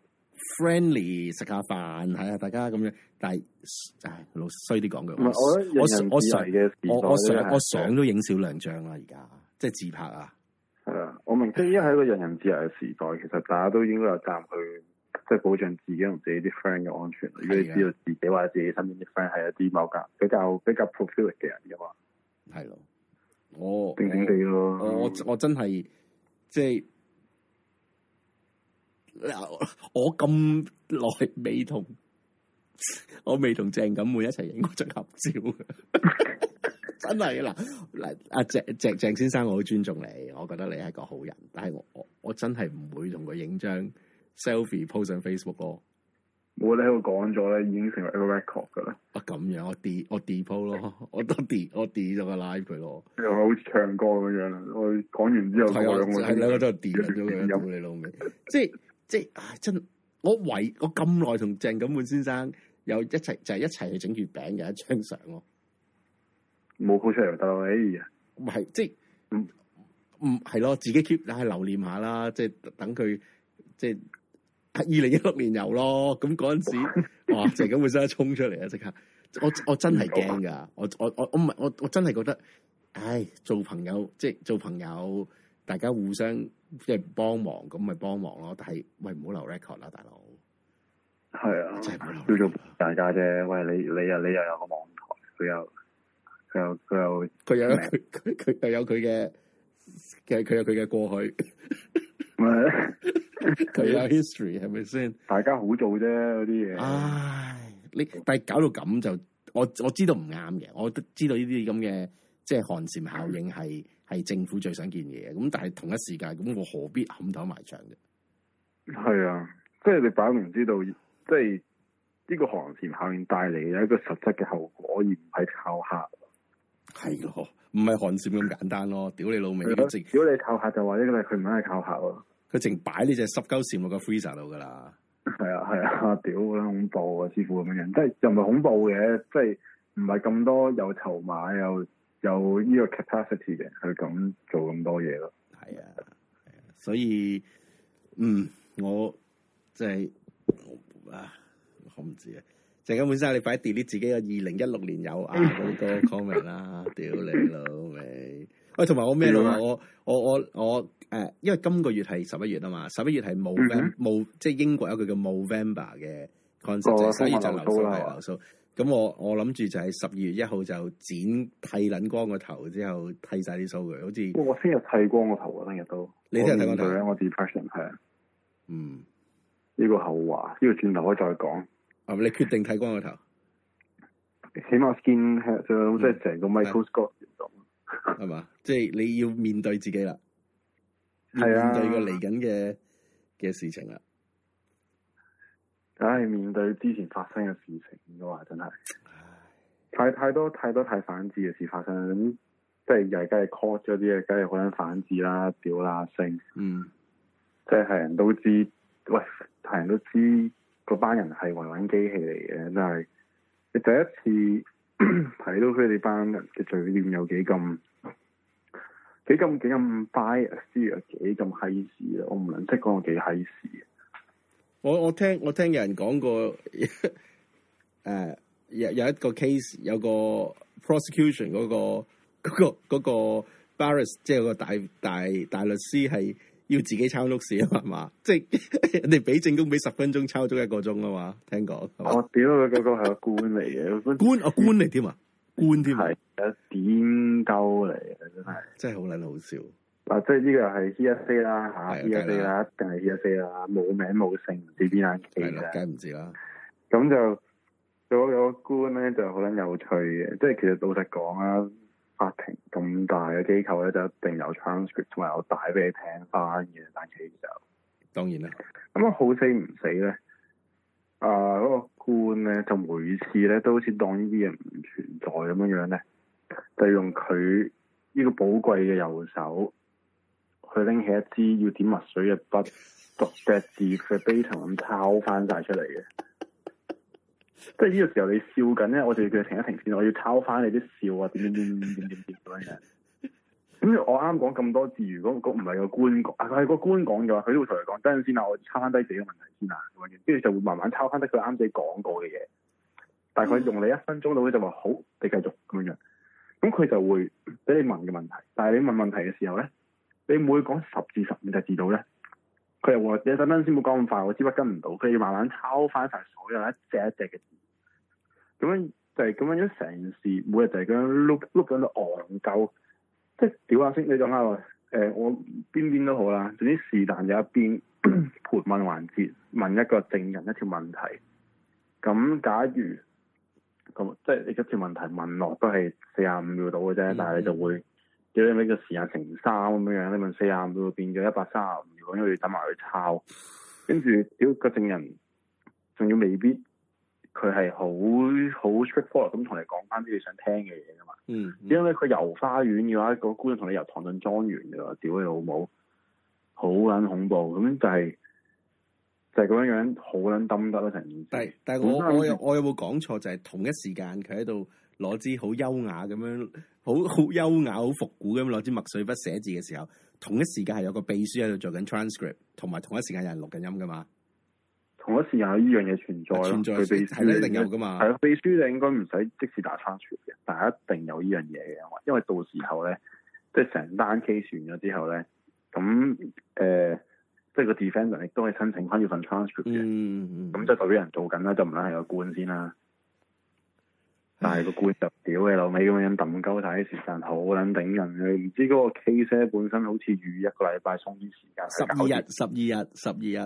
Speaker 2: friendly 食下飯，係啊，大家咁樣。但係唉，老衰啲講句，
Speaker 3: 唔係我覺得
Speaker 2: 我
Speaker 3: 人人
Speaker 2: 我
Speaker 3: 自危嘅時代
Speaker 2: 我我
Speaker 3: 真係
Speaker 2: 想我想都影少兩張啦，而家即係自拍啊，
Speaker 3: 係啊，我明即係依家係一個人人自危嘅時代，其實大家都應該有責任去即係保障自己同自己啲 friend 嘅安全。如果你
Speaker 2: 係啊
Speaker 3: 知道自己或者自己身邊啲 friend 係一啲某間比較比較 profile 嘅人嘅話，
Speaker 2: 係咯。我
Speaker 3: 靜靜地咯。嗯
Speaker 2: 我我我真係即係嗱我咁耐未同我未同鄭錦滿一齊影過張合照嘅，真係啊嗱嗱阿鄭鄭鄭先生，我好尊重你，我覺得你係個好人，但係我我我真係唔會同佢影張 selfie post 上 Facebook 咯。
Speaker 3: 我哋喺度講咗咧，已經成為一個 record 㗎啦。
Speaker 2: 啊咁樣，我 d 我 d p o 咯，我都 d 我 d 咗個 live 佢咯，
Speaker 3: 又好似唱歌咁樣啦。我哋講完之後，
Speaker 2: 係
Speaker 3: 我
Speaker 2: 啊，
Speaker 3: 兩個
Speaker 2: 係兩個都係 d
Speaker 3: 跟
Speaker 2: 咗
Speaker 3: 住 <laughs>
Speaker 2: 佢，
Speaker 3: 有
Speaker 2: 屌你老味！即係即係，唉，真我為我咁耐同鄭錦滿先生有一齊就係、一齊去整月餅嘅一張相咯，
Speaker 3: 冇 po 出嚟就得咯。哎呀，
Speaker 2: 唔係即係
Speaker 3: 嗯
Speaker 2: 唔係咯，自己 keep 係留念下啦，即係等佢即係二零一六年有咯，咁嗰陣時哇，就係咁會真係衝出嚟啊！即刻，我我真係驚噶，我我我我唔係我我真係覺得，唉，做朋友即係做朋友，大家互相即係幫忙，咁咪幫忙咯。但係喂，唔好留 record 啦，大佬，
Speaker 3: 係啊，
Speaker 2: 真係唔好
Speaker 3: 叫
Speaker 2: 留
Speaker 3: 做
Speaker 2: record 啦。
Speaker 3: 大家啫。喂，你你又你又有個網台，佢又佢又佢又
Speaker 2: 佢有佢佢佢又有佢嘅嘅，佢有佢嘅過去，
Speaker 3: 唔係
Speaker 2: 佢有 history 係咪先？
Speaker 3: <laughs> 大家好做啫嗰啲嘢。
Speaker 2: 啊唉，你但係搞到咁就，我我知道唔啱嘅，我都知道呢啲咁嘅即係寒蟬效應係係政府最想見嘅嘢。咁但係同一時間，咁我何必冚頭埋牆啫？
Speaker 3: 係啊，即係你擺明知道，即係呢個寒蟬效應帶嚟嘅一個實質嘅後果，而唔係靠客。
Speaker 2: 係咯，唔係寒蟬咁簡單咯，屌你老味，
Speaker 3: 如
Speaker 2: 佢
Speaker 3: 果
Speaker 2: 淨
Speaker 3: 如果你靠客就話呢個佢唔係靠客咯。
Speaker 2: 佢淨擺呢只濕鳩蟬落個 freezer 度噶啦。
Speaker 3: <laughs> 係啊係啊， <laughs> 屌啦恐怖啊，師傅咁樣樣，即係又唔係恐怖嘅，即係唔係咁多有籌碼又有呢個 capacity 嘅去咁做咁多嘢咯。
Speaker 2: 係啊，係啊所以嗯，我即係啊，我唔知啊。鄭根本生，你快啲 delete 自己嘅二零一六年有
Speaker 3: <laughs>
Speaker 2: 啊嗰個 comment 啦，屌你老味！喂，同埋我咩咯？
Speaker 3: 屌啊
Speaker 2: 我我我我誒、呃因為今個月係十一月啊嘛，十一月係冇
Speaker 3: 嗯
Speaker 2: m 即係英國有佢嘅 Movember 嘅
Speaker 3: 哦
Speaker 2: concept，就係所以就流
Speaker 3: 風
Speaker 2: 蘇
Speaker 3: 馬
Speaker 2: 係
Speaker 3: 流
Speaker 2: 流蘇。咁我我諗住就係十二月一號就剪剃撚光個頭之後剃晒啲鬚佢，好似
Speaker 3: 哇我聽日剃光個頭啊，聽日都。
Speaker 2: 你聽日剃光頭啊
Speaker 3: 我面對緊我 depression 係啊，
Speaker 2: 嗯。
Speaker 3: 呢個後話，呢個轉頭可以再講。
Speaker 2: 啊！你決定剃光個頭，
Speaker 3: <laughs> 起碼 skin head 啫，嗯即係成個 Michael Scott 咁。
Speaker 2: 係嘛？即係你要面對自己啦，要
Speaker 3: 係啊
Speaker 2: 面對個嚟緊嘅嘅事情啦。
Speaker 3: 梗係面對之前發生嘅事情嘅話，真係太太多太多太反智嘅事發生啦。咁即係又係梗係 call 咗啲嘢，梗係好撚反智啦、屌啦、性，
Speaker 2: 嗯，
Speaker 3: 即係係人都知，喂，係人都知嗰班人係維穩機器嚟嘅，真係。你第一次嗯睇到佢哋班人嘅嘴臉有幾咁幾咁幾咁 bias，又幾咁閪事啦！我唔能識講我幾閪啊事嘅。
Speaker 2: 我我聽我聽有人講過， <laughs> 誒、有有一個 case 有個 prosecution 嗰、個嗰、個嗰、個 Barris，即係個大大大律師係要自己抄 notes 啊嘛， <laughs> 即係人哋俾證供俾十分鐘，抄咗一個鐘啊嘛，聽講係嘛
Speaker 3: 我屌佢嗰個係個官嚟嘅，嗰
Speaker 2: 官啊官嚟添啊，官添啊，
Speaker 3: 係啊，癲鳩嚟嘅真係。
Speaker 2: 真係好撚好笑。
Speaker 3: 嗱，即係呢個係 h e a s a 啦嚇 h
Speaker 2: 係
Speaker 3: e
Speaker 2: 啊
Speaker 3: a s a 啦，一定係 h e a s a 啦，冇名冇姓，唔知邊間企
Speaker 2: 係啦，
Speaker 3: 嘅。
Speaker 2: 梗唔知啦。
Speaker 3: 咁就有有個官咧就好撚有趣嘅，即係其實老實講啊，法庭咁大嘅機構咧就一定有 transcript 同埋有帶俾你聽翻嘅，但其實
Speaker 2: 當然啦，
Speaker 3: 咁啊好死唔死咧，啊、嗰、個官咧就每次咧都好似當呢啲嘢唔存在咁樣樣咧，就用佢呢個寶貴嘅右手去拎起一支要點墨水嘅筆，逐隻字佢 b 同咁抄翻晒出嚟嘅。即係呢個時候你笑緊咧，我就要叫佢停一停先，我要抄翻你啲笑啊，點點點點點點點咁樣嘅。咁我啱講咁多字，如果個唔係個官講，啊佢係個官講嘅話，佢都會同你講等陣先啊，我抄翻低自己嘅問題先啊，咁樣跟住就會慢慢抄翻低佢啱自己講過嘅嘢。大概用你一分鐘到，佢就話好，你繼續咁樣樣。咁佢就會俾你問嘅問題，但係你問問題嘅時候咧，你每講十至十五隻字到咧，佢又話你等陣先，冇講咁快，我支筆跟唔到，佢要慢慢抄翻晒所有一隻一隻嘅字。咁樣就係咁樣樣成件事，每日就係咁樣碌碌緊到戇鳩。即係屌下先，你講下話誒，我邊邊都好啦，總之是但有一邊 <clears throat> 盤問環節問一個證人一條問題。咁假如咁即係你一條問題問落都係四廿五秒到嘅啫，
Speaker 2: 嗯
Speaker 3: 但係你就會屌你尾個時間乘三咁樣樣，你問四廿五秒變咗一百三十五秒，因為要等埋去抄，跟住屌個證人仲要未必佢係好好 straightforward 咁同你講翻啲你想聽嘅嘢噶嘛。
Speaker 2: 嗯，
Speaker 3: 因為佢遊花園嘅話，個官同你遊唐頓莊園嘅話，屌你老母，好撚恐怖。咁就係、就係、咁樣樣，好撚抌得啦成件事。
Speaker 2: 但係但係我我有我有冇講錯？就係同一時間佢喺度攞支好優雅咁樣，好 <laughs> 好優雅、好復古咁攞支墨水筆寫字嘅時候，同一時間係有個秘書喺度做緊 transcript，同埋同一時間有人錄緊音噶嘛，
Speaker 3: 同一時間有呢樣嘢存在咯，
Speaker 2: 啊存在
Speaker 3: 佢秘書
Speaker 2: 係一定有噶嘛
Speaker 3: 係。啊啦，秘書就應該唔使即時打餐傳嘅，但係一定有呢樣嘢嘅，因為因為到時候咧，即係成單 case 完咗之後咧，咁誒、呃即係個 defender 亦都係申請翻要份 transcript 嘅，
Speaker 2: 嗯，嗯
Speaker 3: 咁、就代表人做緊啦，就唔撚係個官先啦。但係個官就屌你老味咁樣抌鳩睇時間好撚頂人嘅，唔知嗰個 case 呢本身好似預一個禮拜鬆啲時間
Speaker 2: 十
Speaker 3: 去搞
Speaker 2: 二日，
Speaker 3: 掂
Speaker 2: 十二日，十二日，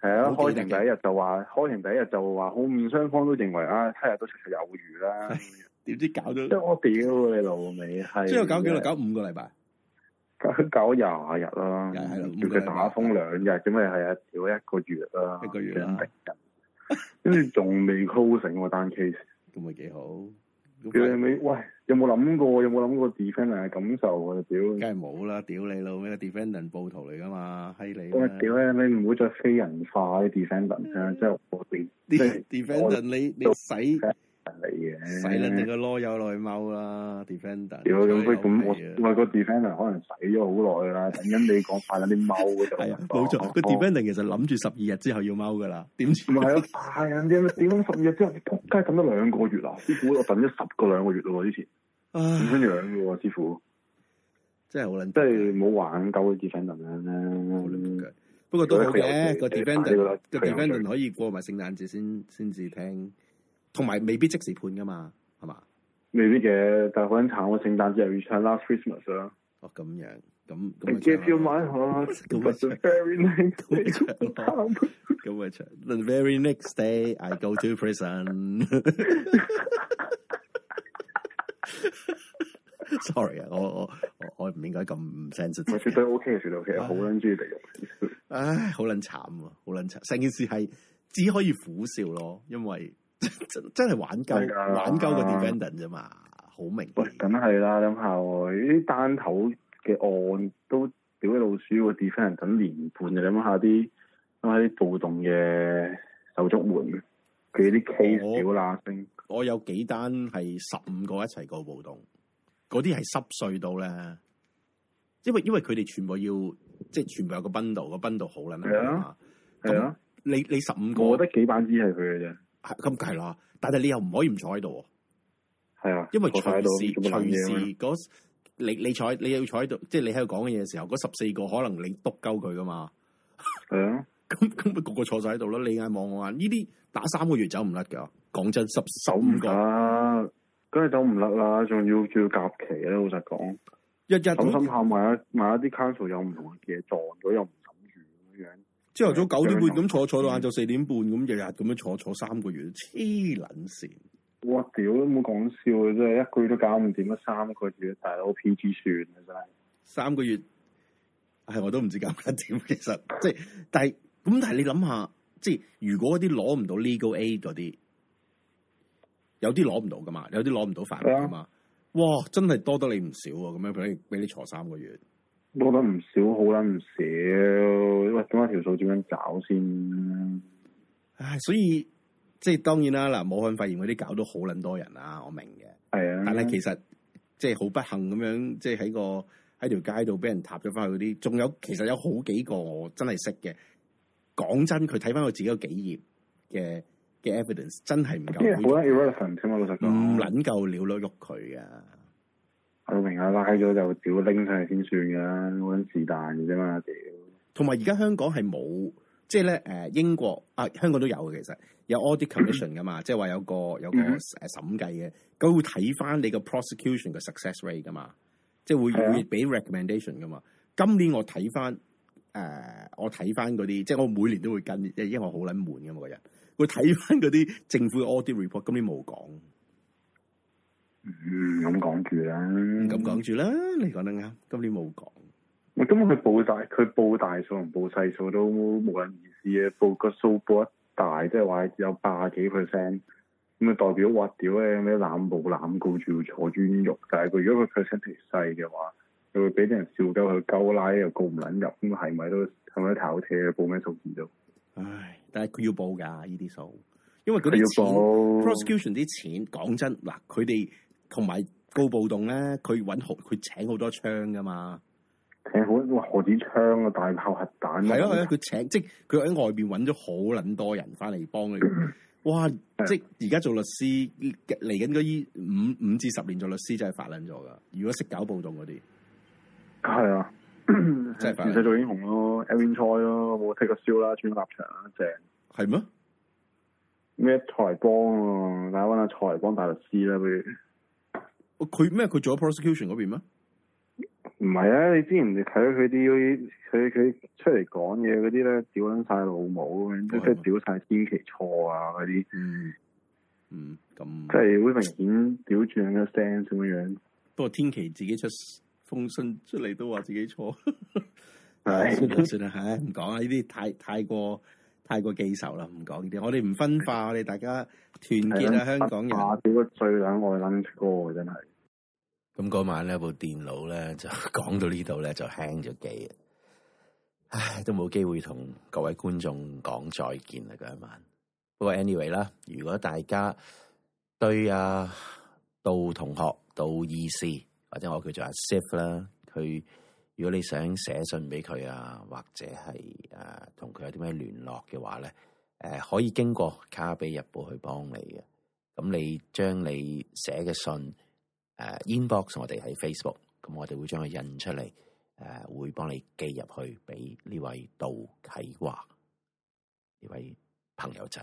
Speaker 3: 係啊，
Speaker 2: 好
Speaker 3: 開
Speaker 2: 記得
Speaker 3: 庭
Speaker 2: 嘅
Speaker 3: 第一日就話，開庭第一日就話，好面雙方都認為啊，七日都綽綽有餘啦。
Speaker 2: 點知搞
Speaker 3: 即係
Speaker 2: 咗，
Speaker 3: 我屌你老味，係
Speaker 2: 之後搞幾耐？搞五個禮拜，
Speaker 3: 搞搞廿日啦，
Speaker 2: 又係啦
Speaker 3: 叫佢打風兩日，咁咪係啊，屌一個月啦，
Speaker 2: 一個月啦
Speaker 3: 頂人，跟住仲未 closing 喎單 case，
Speaker 2: 咁咪幾好，咁
Speaker 3: 屌你尾，喂，有冇諗過？有冇諗過 defender 嘅感受啊？屌，
Speaker 2: 梗係冇啦，屌你老味個 defendant 暴徒嚟噶嘛，閪你
Speaker 3: 喂
Speaker 2: 啦！
Speaker 3: 屌你，你唔好再非人化啲 defender 啦，
Speaker 2: 嗯
Speaker 3: 即係我哋即係
Speaker 2: De- defendant 你你洗
Speaker 3: 嚟嘅，
Speaker 2: 洗撚你個啰柚內踎啦，defendant
Speaker 3: 屌咁佢咁
Speaker 2: 犀利啊
Speaker 3: 我喂個 defender 可能洗咗好耐啦，等緊你講快撚啲踎嗰度。
Speaker 2: <laughs> 係啊，冇
Speaker 3: 哦
Speaker 2: 錯，個 defendant 其實諗住十二日之後要踎噶啦，點知
Speaker 3: 唔係啊，快撚啲啊！屌咁十二日之後，你仆街等咗兩個月啊！師傅，我等咗十個兩個月咯喎，之前咁
Speaker 2: 唉，
Speaker 3: 樣樣嘅喎，師傅，
Speaker 2: 真係好撚
Speaker 3: 即
Speaker 2: 仆街
Speaker 3: 係冇玩夠嘅 defender 啊咁
Speaker 2: 好撚仆
Speaker 3: 樣咧。
Speaker 2: 街不過都好
Speaker 3: 如果佢
Speaker 2: 嘅，
Speaker 3: 有
Speaker 2: 個
Speaker 3: 佢打呢個
Speaker 2: defendant
Speaker 3: 啦
Speaker 2: 個
Speaker 3: 佢有
Speaker 2: defendant 可以過埋聖誕節先先至聽，同埋未必即時判噶嘛，係嘛？
Speaker 3: 未必嘅，但係好撚慘，我啊聖誕節又要唱 Last Christmas 啊啦。
Speaker 2: 哦咁樣，咁咁啊
Speaker 3: I
Speaker 2: 咪
Speaker 3: gave you
Speaker 2: 唱
Speaker 3: my
Speaker 2: 啦
Speaker 3: heart,
Speaker 2: 咁咪
Speaker 3: but the
Speaker 2: 唱
Speaker 3: very next day
Speaker 2: 咁咪唱
Speaker 3: 啊
Speaker 2: 咯咁咪唱。The very next day I go to prison 。Sorry 啊，我我我我唔應該咁唔
Speaker 3: 唔係絕
Speaker 2: sensitive。
Speaker 3: 對啊 OK 嘅，絕對 OK，我好撚中意地啊獄。
Speaker 2: 唉，好撚慘啊，好撚慘！成件事係只可以苦笑咯，因為真真係玩
Speaker 3: 係
Speaker 2: 鳩
Speaker 3: 啊
Speaker 2: 玩鳩個 defendant 啫嘛，好明
Speaker 3: 喂，
Speaker 2: 顯。
Speaker 3: 梗係啦，諗下喎，呢啲單頭嘅案都屌老鼠個 defend 人等年半，就諗下啲諗下啲暴動嘅手足門，佢啲 case 屌啦聲，
Speaker 2: 我有幾單係十五個一齊個暴動，嗰啲係濕碎到咧，因為因為佢哋全部要即係全部有個賓道，個賓道好撚
Speaker 3: 係
Speaker 2: 難
Speaker 3: 啊
Speaker 2: 嘛。
Speaker 3: 係啊，
Speaker 2: 你你十五
Speaker 3: 我
Speaker 2: 個
Speaker 3: 覺得幾版紙係佢嘅啫，
Speaker 2: 係咁梗係啦，但係你又唔可以唔坐喺度
Speaker 3: 係啊，
Speaker 2: 喎，因為
Speaker 3: 坐晒
Speaker 2: 隨
Speaker 3: 喺度
Speaker 2: 時
Speaker 3: 做乜
Speaker 2: 隨
Speaker 3: 撚嘢啊咁樣
Speaker 2: 時嗰你你坐喺你要坐喺度，即係你喺度講嘅嘢嘅時候，嗰十四個可能你督鳩佢噶嘛，
Speaker 3: 係啊，
Speaker 2: 咁咁咪個個坐晒喺度咯，你眼望我眼，呢啲打三個月走唔甩㗎。講真，十十五個
Speaker 3: 啊，梗係走唔甩啦，仲要仲要夾期咧，老實講，
Speaker 2: 日日
Speaker 3: 諗
Speaker 2: 都
Speaker 3: 諗下買一買一啲 council 有唔同嘅嘢撞咗又唔諗住咁樣。
Speaker 2: 朝頭早九點半咁坐坐到晏晝四點半咁，日日咁樣坐坐三個月，黐撚線。
Speaker 3: 哇！屌都冇講笑嘅，真係一個月都搞唔掂，乜啊三個月大佬 PG 算啦，真係。
Speaker 2: 三個月，係我都唔知搞緊點。其實即係，但係咁，但係你諗下，即係如果嗰啲攞唔到 legal aid 嗰啲，有啲攞唔到噶嘛，有啲攞唔到飯碗噶嘛，哇！真係多得你唔少喎，咁樣俾你俾你坐三個月，
Speaker 3: 多得唔少，好撚唔少。喂，咁啊條數點樣搞先？
Speaker 2: 唉，所以即係當然啦，嗱，武漢肺炎嗰啲搞到好撚多人啦，我明嘅，
Speaker 3: 係啊，
Speaker 2: 但係其實即係好不幸咁樣，即係喺個喺條街度俾人踏咗翻去嗰啲，仲有其實有好幾個我真係識嘅。講真，佢睇翻佢自己有幾頁嘅嘅 evidence，真係唔
Speaker 3: 因為好
Speaker 2: 夠
Speaker 3: 撚 irrelevant 添嘛，啊老實
Speaker 2: 唔
Speaker 3: 講。
Speaker 2: 撚夠料咯，喐佢啊噶。
Speaker 3: 我明啊，拉咗就屌拎上嚟先算㗎啦，嗰陣是但嘅啫嘛，屌。
Speaker 2: 同埋而家香港係冇，即係咧誒英國啊，香港都有嘅其實有 audit commission 噶
Speaker 3: <coughs>
Speaker 2: 嘛，即係話有個有個
Speaker 3: 嗯
Speaker 2: 誒審計嘅，佢會睇翻你個 prosecution 嘅 success rate 噶嘛，即係會
Speaker 3: 係啊
Speaker 2: 會俾 recommendation 噶嘛。今年我睇翻誒，我睇翻嗰啲，即係我每年都會跟，因為我好撚悶噶嘛個人，會睇翻嗰啲政府嘅 audit report，今年冇講，
Speaker 3: 嗯，咁講住啦。
Speaker 2: 咁。講住啦，你講得啱，今年冇講。
Speaker 3: 喂，咁佢報大佢報大數同報細數都冇撚意思嘅，報個數報一大，即係話有八十幾 percent，咁啊代表話屌咧咩濫捕濫告住要坐冤獄，但係佢如果佢 percentage 細嘅話，就會俾啲人笑鳩佢鳩拉又告唔撚入，咁啊係咪都係咪都頭車報咩數字都？
Speaker 2: 唉，但係佢要報㗎呢啲數，因因為嗰
Speaker 3: 你要
Speaker 2: 啲錢
Speaker 3: 報
Speaker 2: prosecution 啲錢，講真嗱，佢哋同埋告暴動咧，佢揾好佢請好多槍噶嘛，
Speaker 3: 請好哇何止槍啊，大炮核彈
Speaker 2: 係啊係啊，佢請即係佢喺外邊揾咗好撚多人翻嚟幫 <clears throat> 佢。哇！即係而家做律師嚟緊嗰啲五五至十年做律師真係發撚咗噶。如果識搞暴動嗰啲，
Speaker 3: 係啊，
Speaker 2: 真係快
Speaker 3: 全世做英雄咯，Elvin Choi 咯，冇踢個燒啦，轉立場啦，正
Speaker 2: 係咩？
Speaker 3: 咩蔡嚟幫啊，大家揾下蔡嚟幫大律師啦，不如
Speaker 2: 佢咩？佢做咗 prosecution 嗰邊咩？
Speaker 3: 唔係啊，你之前你睇佢啲佢佢出嚟講嘢嗰啲咧，屌撚晒老母咁樣，即係屌晒千祈錯啊嗰啲，
Speaker 2: 嗯嗯，咁
Speaker 3: 即係好明顯屌轉緊個 sense 咁樣樣。
Speaker 2: 不過天琪自己出封信出嚟都話自己錯，算啦算
Speaker 3: 係
Speaker 2: 啦，唉，唔講啦，呢啲太太過太過記仇啦，唔講呢啲，我哋唔分化，我哋大家團結啦，香港人。
Speaker 3: 啊，屌個最撚愛撚歌啊，真係。
Speaker 1: 咁嗰晚咧，部電腦咧就 <laughs> 講到呢度咧就 hang 咗機啦，唉，都冇機會同各位觀眾講再見啦嗰一晚。不過 anyway 啦，如果大家對啊杜同學、杜醫師或者我叫做阿 Sif 啦，佢如果你想寫信俾佢啊，或者係誒同佢有啲咩聯絡嘅話咧，誒、可以經過卡比日報去幫你嘅。咁你將你寫嘅信。誒 inbox 我哋喺 Facebook，咁我哋會將佢印出嚟，誒、呃會幫你寄入去俾呢位杜啟華呢位朋友仔。